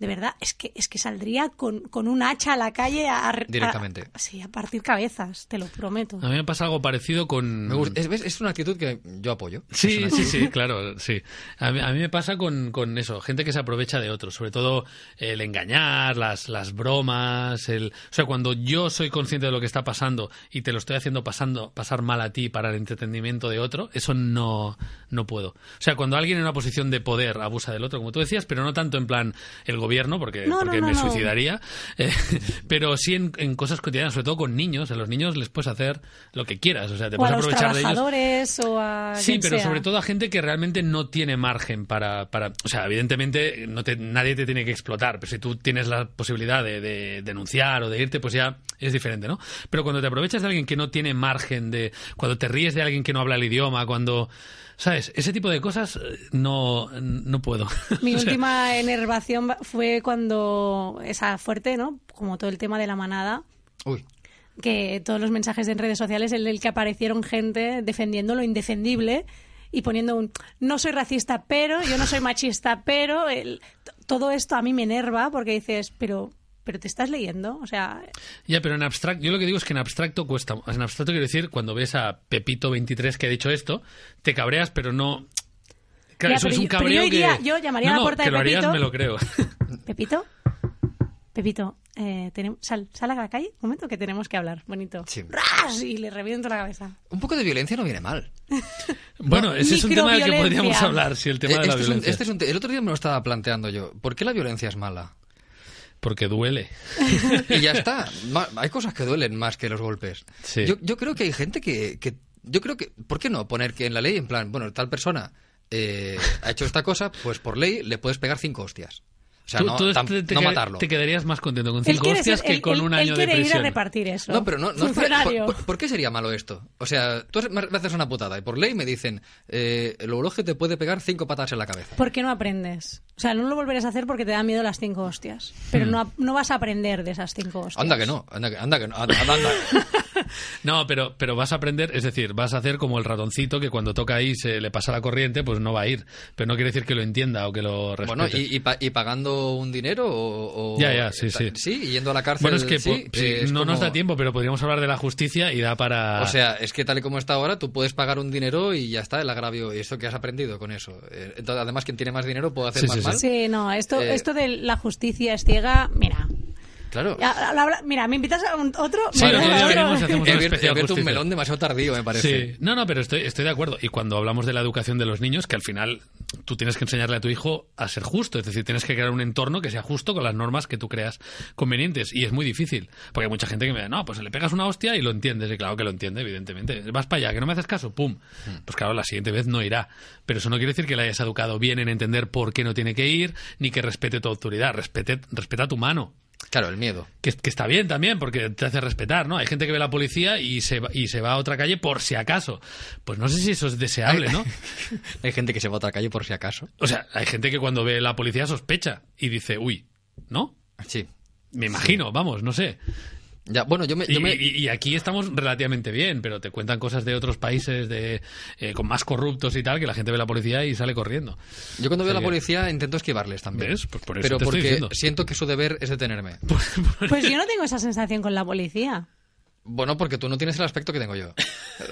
de verdad, es que, es que saldría con, con un hacha a la calle a, a-
Directamente.
a- sí, a partir cabezas, te lo prometo.
A mí me pasa algo parecido con...
Me gusta- es, ves, es una actitud que yo apoyo. Es <laughs>
Sí,
una
sí,
actitud-
sí, claro, sí. A mí, a mí me pasa con, con eso, gente que se aprovecha de otros, sobre todo el engañar, las, las bromas, el... O sea, cuando yo soy consciente de lo que está pasando y te lo estoy haciendo pasando, pasar mal a ti para el entretenimiento de otro, eso no, no puedo. O sea, cuando alguien en una posición de poder abusa del otro, como tú decías, pero no tanto en plan el gobierno, porque,
No, no,
porque
no,
me
no.
suicidaría, eh, <laughs> pero sí en, en cosas cotidianas, sobre todo con niños, a los niños les puedes hacer lo que quieras, o sea, te
o a
puedes
los
aprovechar de ellos.
trabajadores o a
Sí,
quien
pero
sea.
sobre todo a gente que realmente no tiene margen para... para o sea, evidentemente no te- nadie te tiene que explotar, pero si tú tienes la posibilidad de, de denunciar o de irte, pues ya es diferente, ¿no? Pero cuando te aprovechas de alguien que no tiene margen, de cuando te ríes de alguien que no habla el idioma, cuando... ¿Sabes? Ese tipo de cosas eh, no, no puedo. <laughs>
Mi
O sea,
última enervación va- fue cuando esa fuerte, ¿no? Como todo el tema de la manada,
Uy,
que todos los mensajes en redes sociales en el que aparecieron gente defendiendo lo indefendible y poniendo un no soy racista, pero yo no soy machista, pero el- t- todo esto a mí me enerva porque dices, pero pero te estás leyendo, o sea,
Ya, pero en abstracto, yo lo que digo es que en abstracto cuesta. En abstracto quiero decir, cuando ves a Pepito23 que ha dicho esto, te cabreas, pero no. Claro,
Ya,
eso
pero
es un
yo- pero
cabreo
yo iría-
que.
yo llamaría
No,
a la
no,
puerta
que
de
lo harías,
Pepito.
me lo
<laughs>
creo. <laughs>
Pepito, Pepito, eh, tenem- sal, sal a la calle, un momento que tenemos que hablar, bonito.
Sí.
¡Ras! Y le reviento la cabeza.
un poco de violencia no viene mal.
bueno, ese es un tema del que
microviolencia.
podríamos hablar, sí, el
Eh,
tema de la
este es un-
violencia.
este es un te- el otro día me lo estaba planteando yo. ¿Por qué la violencia es mala?
Porque duele.
Y ya está. <laughs> Ma- Hay cosas que duelen más que los golpes.
Sí.
Yo, yo creo que hay gente que, que- Yo creo que... ¿Por qué no poner que en la ley, en plan, bueno, tal persona eh, ha hecho esta cosa, pues por ley le puedes pegar cinco hostias. O sea,
Tú-
no,
tú
tam-
te, te
no
queda-
matarlo.
te quedarías más contento con
Él
cinco
quiere, ser-
hostias que
él-
con
él-
un
él
año de
quiere ir a
prisión.
repartir eso.
No, pero no, no espera,
Funcionario.
¿por, por, por qué sería malo esto? O sea, tú has- me haces una putada y por ley me dicen, eh, el obrologio te puede pegar cinco patas en la cabeza.
¿Por qué no aprendes? O sea, no lo volverás a hacer porque te da miedo las cinco hostias. Pero no, no vas a aprender de esas cinco hostias.
Hmm. Anda que no, anda que, anda que no, anda, anda, anda.
No, pero, pero vas a aprender, es decir, vas a hacer como el ratoncito que cuando toca ahí se le pasa la corriente, pues no va a ir. Pero no quiere decir que lo entienda o que lo respete.
Bueno, y, y pa- y pagando un dinero o, o-
Ya, ya, sí,
ta-
sí.
Sí, y yendo a la cárcel.
Bueno, es que
Pues sí,
po- sí,
es
no nos
como-
da tiempo, pero podríamos hablar de la justicia y da para...
O sea, es que tal y como está ahora, tú puedes pagar un dinero y ya está el agravio. ¿Y eso que has aprendido con eso? Eh, Entonces, además, quien tiene más dinero puede hacer
Sí,
más
sí, sí.
mal.
Sí, no, esto,
Eh,
esto de la justicia es ciega, mira.
Claro.
Ya, la- la- mira, me invitas a un- otro.
Sí,
Me
lo que
invitas a otro.
deberíamos hacer- hacemos
He
una
abierto- he
especial
abierto un
justicia.
melón demasiado tardío, me parece.
Sí. No, no, pero estoy, estoy de acuerdo. Y cuando hablamos de la educación de los niños, que al final tú tienes que enseñarle a tu hijo a ser justo, es decir, tienes que crear un entorno que sea justo con las normas que tú creas convenientes. Y es muy difícil, porque hay mucha gente que me dice, no, pues le pegas una hostia y lo entiendes. Y claro que lo entiende, evidentemente. Vas para allá, que no me haces caso, pum.
Hmm.
Pues claro, la siguiente vez no irá. Pero eso no quiere decir que le hayas educado bien en entender por qué no tiene que ir, ni que respete tu autoridad, respete, respeta tu mano
Claro, el miedo.
que, que está bien también, porque te hace respetar, ¿no? Hay gente que ve a la policía y se, va- y se va a otra calle por si acaso. Pues no sé si eso es deseable,
<laughs>
¿no?
Hay gente que se va a otra calle por si acaso.
O sea, hay gente que cuando ve la policía sospecha y dice, uy, ¿no?
Sí.
Me imagino, vamos, no sé.
Ya, bueno, yo me,
Y,
yo me-
y- y aquí estamos relativamente bien, pero te cuentan cosas de otros países de, eh, con más corruptos y tal, que la gente ve la policía y sale corriendo.
yo cuando veo a la
Sí.
policía intento esquivarles también.
¿Ves? Pues por eso
Pero
te estoy
porque
diciendo.
siento que su deber es detenerme.
Pues yo no tengo esa sensación con la policía.
Bueno, porque tú no tienes el aspecto que tengo
<laughs>
yo.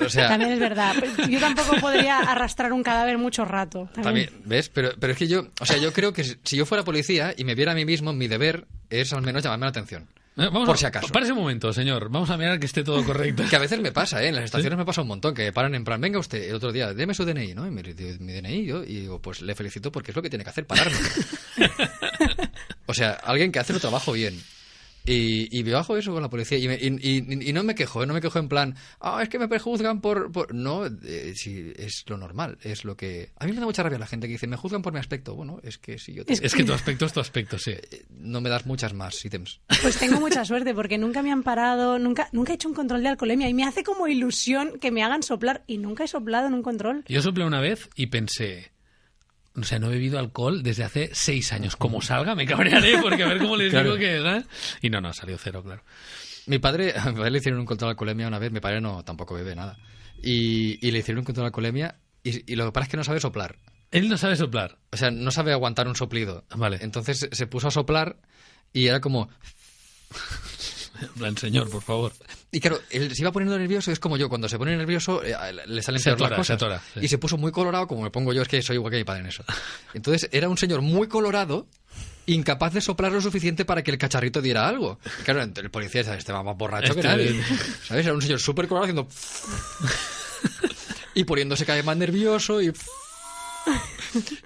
O sea,
También es verdad. Yo tampoco podría arrastrar un cadáver mucho rato.
También,
También.
¿ves? Pero, pero es que yo, o sea, yo creo que si yo fuera policía y me viera a mí mismo, mi deber es al menos llamarme la atención.
Eh, vamos
Por
a-
si acaso.
Para ese momento, señor. Vamos a mirar que esté todo correcto.
Que a veces me pasa, ¿eh? En las estaciones me pasa un montón, que paran en plan, venga usted, el otro día, deme su DNI, ¿no? Y me dice, mi DNI, yo, y digo, pues le felicito porque es lo que tiene que hacer, pararme. o sea, alguien que hace su trabajo bien. Y, y me bajo eso con la policía y, me- y- y- y no me quejo, ¿eh? no me quejo en plan, ah, es que me prejuzgan por... por-". No, eh, sí, es lo normal, es lo que... A mí me da mucha rabia la gente que dice, me juzgan por mi aspecto. Bueno, <laughs> es que si yo... tengo-
Es que tu aspecto es tu aspecto, sí.
eh, no me das muchas más ítems.
Pues tengo mucha suerte porque nunca me han parado, nunca, nunca he hecho un control de alcoholemia y me hace como ilusión que me hagan soplar y nunca he soplado en un control.
Yo soplé una vez y pensé, o sea, no he bebido alcohol desde hace seis años. Como salga, me cabrearé porque a ver cómo les
Claro.
digo que... ¿sabes? Y no, no, salió cero, claro.
Mi padre, a mi padre le hicieron un control de alcoholemia una vez, mi padre no tampoco bebe nada. Y, y le hicieron un control de alcoholemia y, y lo que pasa es que no sabe soplar.
Él no sabe soplar.
O sea, no sabe aguantar un soplido.
Vale.
Entonces se- se puso a soplar y era como...
En plan, señor, por favor.
Y claro, él se iba poniendo nervioso, es como yo, cuando se pone nervioso eh, le salen
Se
peor las
atora,
cosas.
se atora, sí.
Y se puso muy colorado, como me pongo yo, es que soy igual que mi padre en eso. Entonces era un señor muy colorado, incapaz de soplar lo suficiente para que el cacharrito diera algo. Y claro, ent- el policía dice, este va más borracho que
Este-
nadie. ¿Sabes? Era un señor súper colorado haciendo... y poniéndose cada vez más nervioso y...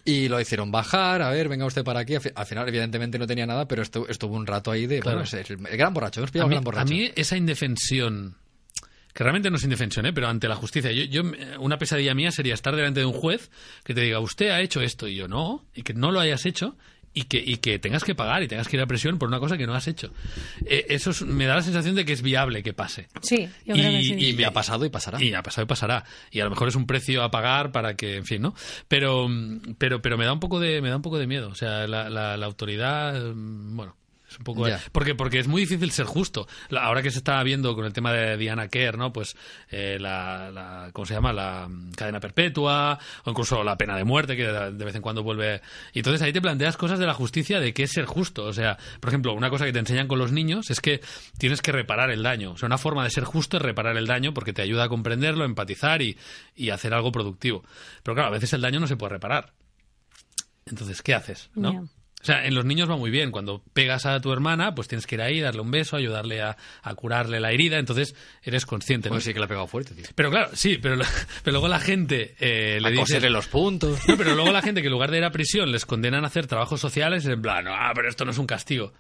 Y lo hicieron bajar, a ver, venga usted para aquí. Al fi- al final, evidentemente, no tenía nada, pero estu- estuvo un rato ahí de...
Claro.
Bueno, es el, el gran borracho, hemos pillado
A
al
mí,
gran borracho.
a mí esa indefensión, que realmente no es indefensión, ¿eh? pero ante la justicia, yo, yo- una pesadilla mía sería estar delante de un juez que te diga, usted ha hecho esto y yo no, y que no lo hayas hecho. Y que, y que tengas que pagar y tengas que ir a presión por una cosa que no has hecho. Eh, eso es- me da la sensación de que es viable que pase.
Sí, yo creo que sí.
Y me ha pasado y pasará.
Y ha pasado y pasará. Y a lo mejor es un precio a pagar para que, en fin, ¿no? Pero, mm, pero, pero me da un poco de, me da un poco de miedo. O sea, la, la- la autoridad, mm, bueno. Es un poco
Ya.
porque porque es muy difícil ser justo La- ahora que se está viendo con el tema de Diana Kerr no pues eh, la, la- cómo se llama la mm, cadena perpetua o incluso la pena de muerte que de de vez en cuando vuelve y entonces ahí te planteas cosas de la justicia de qué es ser justo o sea por ejemplo una cosa que te enseñan con los niños es que tienes que reparar el daño o sea una forma de ser justo es reparar el daño porque te ayuda a comprenderlo empatizar y, y hacer algo productivo pero claro a veces el daño no se puede reparar entonces, ¿qué haces? ¿No?
Ya.
O sea, en los niños va muy bien. Cuando pegas a tu hermana, pues tienes que ir ahí, darle un beso, ayudarle a, a curarle la herida. Entonces, eres consciente. ¿no?
Pues sí que le ha pegado fuerte, tío.
Pero claro, sí, pero, lo- pero luego la <laughs> gente eh, le
A
dice...
coserle los puntos.
No, pero luego la gente que en lugar de ir a prisión les condenan a hacer trabajos sociales en plan, ah, pero esto no es un castigo.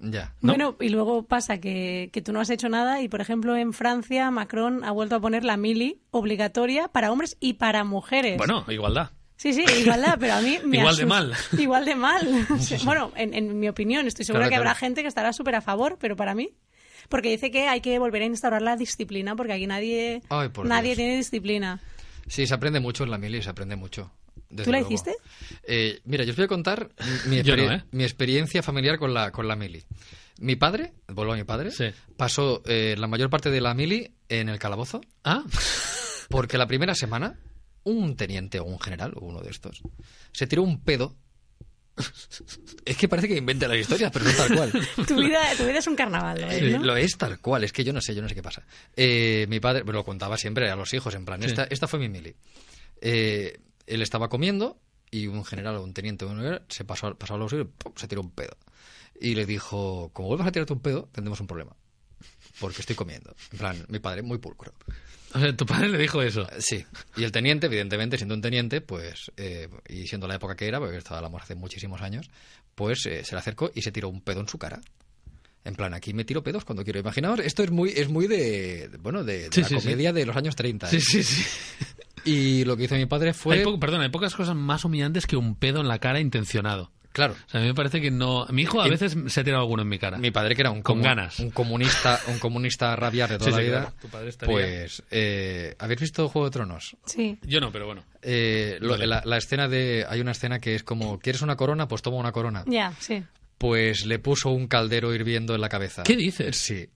Ya.
¿no?
Bueno, y luego pasa que, que tú no has hecho nada y, por ejemplo, en Francia Macron ha vuelto a poner la mili obligatoria para hombres y para mujeres.
Bueno, igualdad.
Sí, sí, igualdad, pero a mí me
Igual de
asusta-
mal.
<laughs> Igual de mal. O sea, bueno, en, en mi opinión, estoy segura
Claro,
que habrá
claro.
gente que estará súper a favor, pero para mí... Porque dice que hay que volver a instaurar la disciplina, porque aquí nadie,
Ay, por
nadie
Dios.
tiene disciplina.
Sí, se aprende mucho en la mili, se aprende mucho. desde
¿Tú la
luego.
hiciste?
Eh, mira, yo os voy a contar mi,
Yo no,
experi-
¿eh?
mi experiencia familiar con la, con la mili. Mi padre, vuelvo a mi padre,
Sí.
pasó eh, la mayor parte de la mili en el calabozo
Ah, <laughs>
porque la primera semana un teniente o un general o uno de estos se tiró un pedo. <laughs> Es que parece que inventa las historias, pero no tal cual.
<laughs> Tu vida, tu vida es un carnaval, ¿no?
Eh,
¿No?
Lo es tal cual, es que yo no sé, yo no sé qué pasa. Eh, mi padre me lo contaba siempre a los hijos, en plan,
Sí.
esta, esta fue mi mili. Eh, él estaba comiendo y un general o un teniente o un general se pasó, al- pasó a los hijos y ¡pum! se tiró un pedo. Y le dijo, como vuelvas a tirarte un pedo, tendremos un problema. Porque estoy comiendo. En plan, mi padre muy pulcro.
o sea, tu padre le dijo eso.
Sí. Y el teniente, evidentemente, siendo un teniente, pues, eh, y siendo la época que era, porque estaba la amor hace muchísimos años, pues eh, se le acercó y se tiró un pedo en su cara. En plan, aquí me tiro pedos cuando quiero. Imaginaos, esto es muy, es muy de, de- bueno, de, de
Sí,
la
sí, sí.
comedia de los años 30.
Sí,
¿eh?
sí, sí.
Y lo que hizo mi padre
Hay
fue...
po- perdón, hay pocas cosas más humillantes que un pedo en la cara intencionado.
Claro.
O sea, a mí me parece que no. Mi hijo a
Y-
veces se ha tirado alguno en mi cara.
Mi padre, que era un,
Con
comu-
ganas.
un comunista un comunista rabiar de toda
Sí,
la
sí,
vida,
claro. Tu padre estaría-
pues... eh, ¿Habéis visto Juego de Tronos?
Sí.
Yo no, pero bueno.
Eh, lo-
Vale.
la, la escena de... Hay una escena que es como, ¿quieres una corona? Pues toma una corona.
Ya, sí.
pues le puso un caldero hirviendo en la cabeza.
¿Qué dices?
Sí.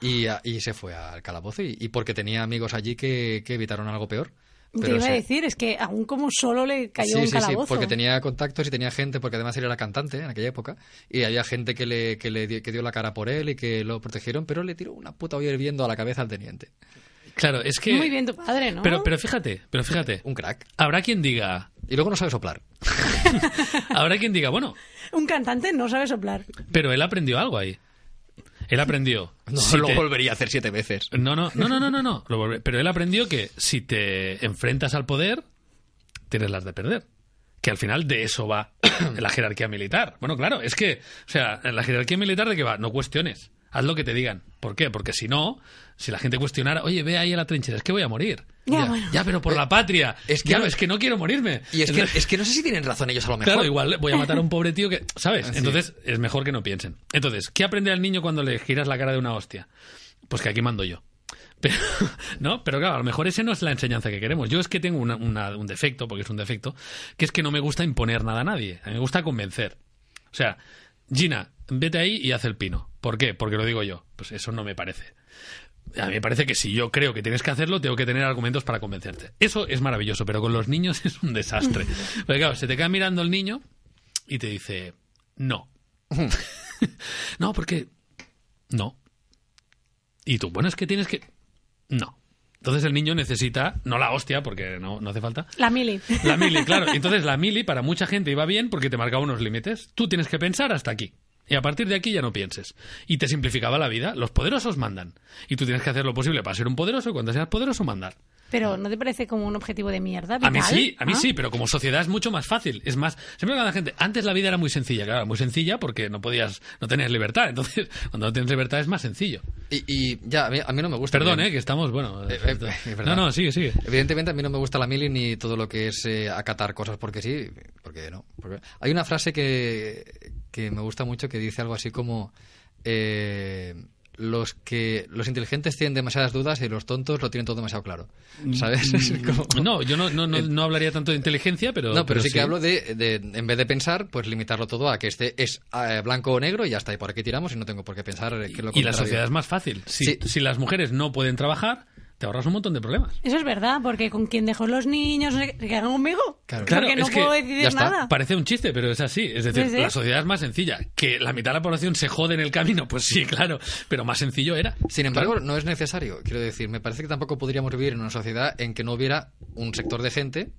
Y, a- y se fue al calabozo y, y porque tenía amigos allí que, que evitaron algo peor.
Te
Pero
iba a
se-
decir, es que aún como solo le cayó
sí,
un
sí,
calabozo.
sí, porque tenía contactos y tenía gente, porque además él era cantante en aquella época, y había gente que le, que le di- que dio la cara por él y que lo protegieron, pero le tiró una puta olla hirviendo a la cabeza al teniente.
Claro, es que.
Muy bien tu padre, ¿no?
Pero, pero fíjate, pero fíjate.
Un crack.
Habrá quien diga.
Y luego no sabe <laughs> soplar.
Habrá quien diga, bueno,
Un cantante no sabe soplar.
pero él aprendió algo ahí. Él aprendió.
<laughs> No
si
lo
te-
volvería a hacer siete veces.
No, no, no, no, no, no, no. Lo volve- Pero él aprendió que si te enfrentas al poder, tienes las de perder. Que al final de eso va <coughs> la jerarquía militar. Bueno, claro, es que, o sea, la jerarquía militar de qué va, no cuestiones. Haz lo que te digan. ¿Por qué? Porque si no, si la gente cuestionara, oye, ve ahí a la trinchera, es que voy a morir.
Ya, bueno.
pero por la patria.
es que
Claro,
no-
es que no quiero morirme.
Y es que,
Entonces-
es que no sé si tienen razón ellos a lo mejor.
Claro, igual voy a matar a un pobre tío que. ¿Sabes? Entonces es mejor que no piensen. Entonces, ¿qué aprende al niño cuando le giras la cara de una hostia? Pues que aquí mando yo. <laughs> Pero, ¿no? Pero claro, a lo mejor esa no es la enseñanza que queremos. Yo es que tengo una- una- un defecto, porque es un defecto, que es que no me gusta imponer nada a nadie. A mí me gusta convencer. O sea, Gina, vete ahí y haz el pino. ¿Por qué? Porque lo digo yo. Pues eso no me parece. A mí me parece que si yo creo que tienes que hacerlo, tengo que tener argumentos para convencerte. Eso es maravilloso, pero con los niños <laughs> es un desastre. Porque claro, se te queda mirando el niño y te dice, no. <laughs> no, porque... No. Y tú, bueno, es que tienes que... No. Entonces el niño necesita, no la hostia, porque no, no hace falta.
La mili.
La mili, claro. Entonces la mili para mucha gente iba bien porque te marcaba unos límites. Tú tienes que pensar hasta aquí. Y a partir de aquí ya no pienses. Y te simplificaba la vida. Los poderosos mandan. Y tú tienes que hacer lo posible para ser un poderoso y cuando seas poderoso mandar.
<laughs> Pero ¿no te parece como un objetivo de mierda?
A mí
vital?
sí, a mí
¿Ah?
sí, pero como sociedad es mucho más fácil. Es más, siempre habla la gente, antes la vida era muy sencilla, claro, muy sencilla porque no podías, no tenías libertad. Entonces, <laughs> cuando no tienes libertad es más sencillo.
Y, y ya, a mí, a mí no me gusta.
Perdón,
Bien.
eh, que estamos, bueno.
Eh,
<laughs>
eh, es
no,
verdad.
no, sigue, sigue.
Evidentemente a mí no me gusta la mili ni todo lo que es eh, acatar cosas porque sí, porque no. porque- Hay una frase que, que me gusta mucho que dice algo así como eh, los que los inteligentes tienen demasiadas dudas y los tontos lo tienen todo demasiado claro. ¿Sabes? <laughs> Es como-
Mm. No, yo no, no, no, no hablaría tanto de inteligencia, pero.
No, pero, sí, que hablo de, de, en vez de pensar, pues limitarlo todo a que este es eh, blanco o negro y ya está. Y por aquí tiramos y no tengo por qué pensar eh, que es lo
Y la
contrario.
sociedad es más fácil. Si,
Sí.
si las mujeres no pueden trabajar, te ahorras un montón de problemas.
Eso es verdad, porque con quien dejó los niños no sé qué, se quedaron conmigo.
Claro.
porque
Claro,
no
es que
puedo
ya
decidir
está.
nada.
Parece un chiste, pero es así. Es decir,
Ah. Sí, sí.
la sociedad es más sencilla. Que la mitad de la población se jode en el camino, pues sí, <laughs> claro. Pero más sencillo era.
Sin embargo, no es necesario. Quiero decir, me parece que tampoco podríamos vivir en una sociedad en que no hubiera un sector de gente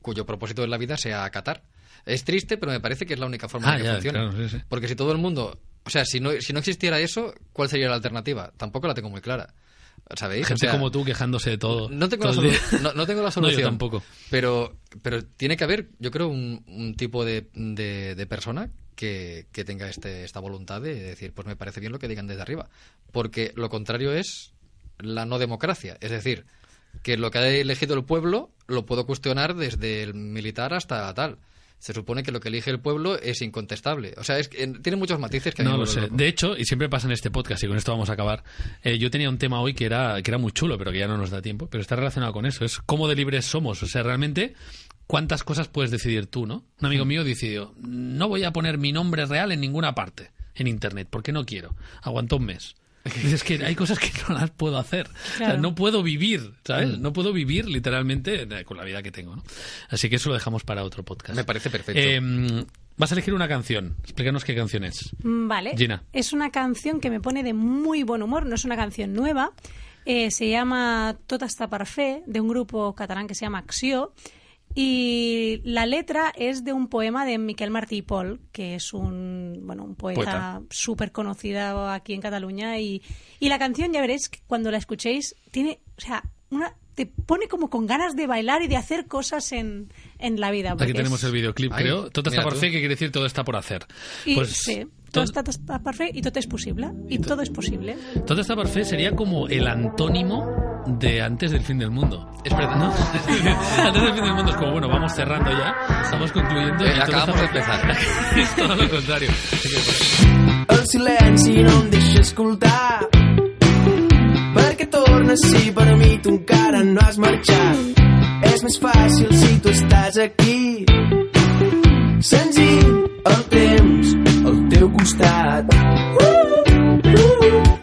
cuyo propósito en la vida sea acatar. Es triste, pero me parece que es la única forma
Ah,
en que
ya,
funciona.
claro, sí, sí.
Porque si todo el mundo. O sea, si no, si no existiera eso, ¿cuál sería la alternativa? Tampoco la tengo muy clara. ¿Sabéis? O
Gente
sea,
como tú quejándose de todo.
No tengo, la,
todo el día.
solu- no, no tengo la
<laughs> No, yo
solución.
tampoco.
Pero, pero tiene que haber, yo creo, un, un tipo de, de- de persona que, que tenga este, esta voluntad de decir, pues me parece bien lo que digan desde arriba. Porque lo contrario es la no democracia. Es decir, que lo que ha elegido el pueblo lo puedo cuestionar desde el militar hasta tal. Se supone que lo que elige el pueblo es incontestable. O sea, es, que- eh, tiene muchos matices que a mí
No
me
lo
vuelven
sé.
loco.
De hecho, y siempre pasa en este podcast, y con esto vamos a acabar. eh, yo tenía un tema hoy que era, que era muy chulo, pero que ya no nos da tiempo. Pero está relacionado con eso. Es cómo de libres somos. O sea, realmente, cuántas cosas puedes decidir tú, ¿no? Un amigo mío decidió: No voy a poner mi nombre real en ninguna parte en internet, porque no quiero. Aguantó
<laughs>
un mes. Dices que hay cosas que no las puedo hacer. O sea,
Claro.
no puedo vivir, ¿sabes?
Mm.
No puedo vivir literalmente eh, con la vida que tengo, ¿no? Así que eso lo dejamos para otro podcast.
Me parece perfecto.
Eh, vas a elegir una canción. Explícanos qué canción es.
Mm, Vale.
Gina.
Es una canción que me pone de muy buen humor, no es una canción nueva. Eh, se llama Tota Tot està per fer, de un grupo catalán que se llama Acció. Y la letra es de un poema de Miquel Martí i Pol, que es un, bueno, un
Poeta.
poeta súper conocido aquí en Cataluña. Y, y la canción, ya veréis, que cuando la escuchéis, tiene, o sea, una, te pone como con ganas de bailar y de hacer cosas en, en la vida.
Aquí
Ah, porque
tenemos
es-
el videoclip,
Ay,
creo. Todo está
mira
por
tú.
hacer, que quiere decir todo está por hacer.
Y,
Pues,
sí,
todo,
tot està, tot està per fer i tot és possible. I tot és possible.
todo está por hacer sería como el antónimo de antes del fin del mundo. Es verdad, ¿no? <laughs> antes del fin del mundo es como, bueno, vamos cerrando ya, estamos concluyendo. y
Eh,
todo está
acabamos de
por hacer.
empezar.
<laughs> es todo lo contrario.
El silenci no em deixa escoltar Perquè tornes si per mi tu encara no has marxat És més fàcil si tu estàs aquí Senzill, el temps, el teu teu costat.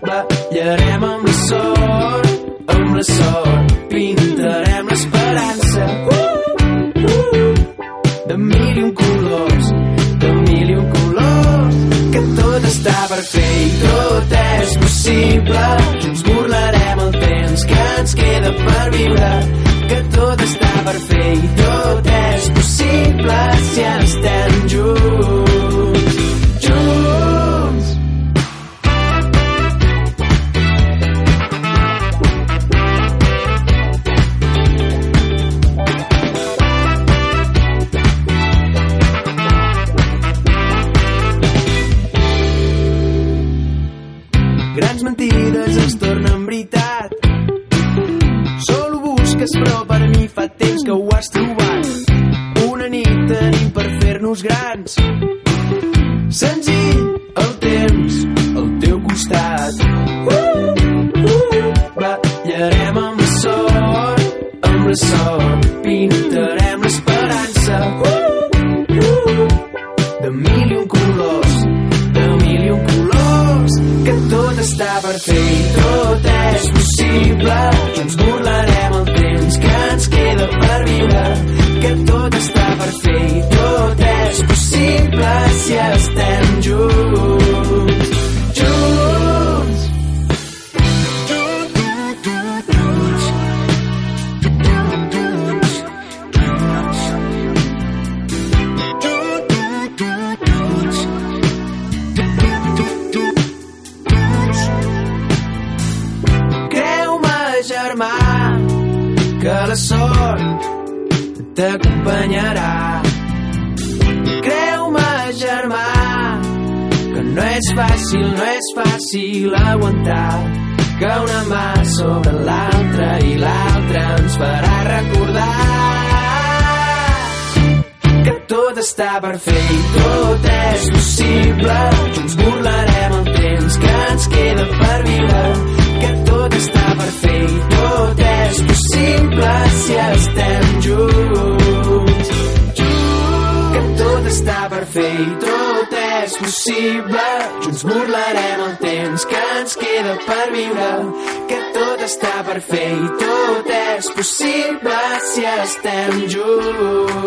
Ballarem amb la sort, amb la sort, pintarem l'esperança. De mil i un colors, de mil i un colors, que tot està per fer i tot és possible. Ens burlarem el temps que ens queda per viure, que tot està per fer i tot és possible si estem junts. Junts. Grans mentides es tornen veritat. Sol ho busques, però per mi fa temps que ho has trobat. Una nit tenim per fer-nos grans. Senzill, el temps al teu costat. Uh, uh, ballarem amb la sort, amb la sort. Pintarem l'esperança. Uh, uh, de mil i un colors, de mil i un colors, que tot està per fer i tot és possible. Ens burlarem el temps que ens queda per viure, que tot està per fer i tot és possible si estem junts. Junts. Creu-me, germà, que la sort t'acompanyarà. Creu-me, germà, que no és fàcil, no és fàcil aguantar que una mà sobre l'altra i l'altra ens farà recordar que tot està per fer i tot és possible. Ens burlarem el temps que ens queda per viure, que tot està per fer i tot és possible si estem junts. Que tot està per fer i tot és possible. Junts burlarem el temps que ens queda per viure, que tot està per fer i tot és possible si estem junts.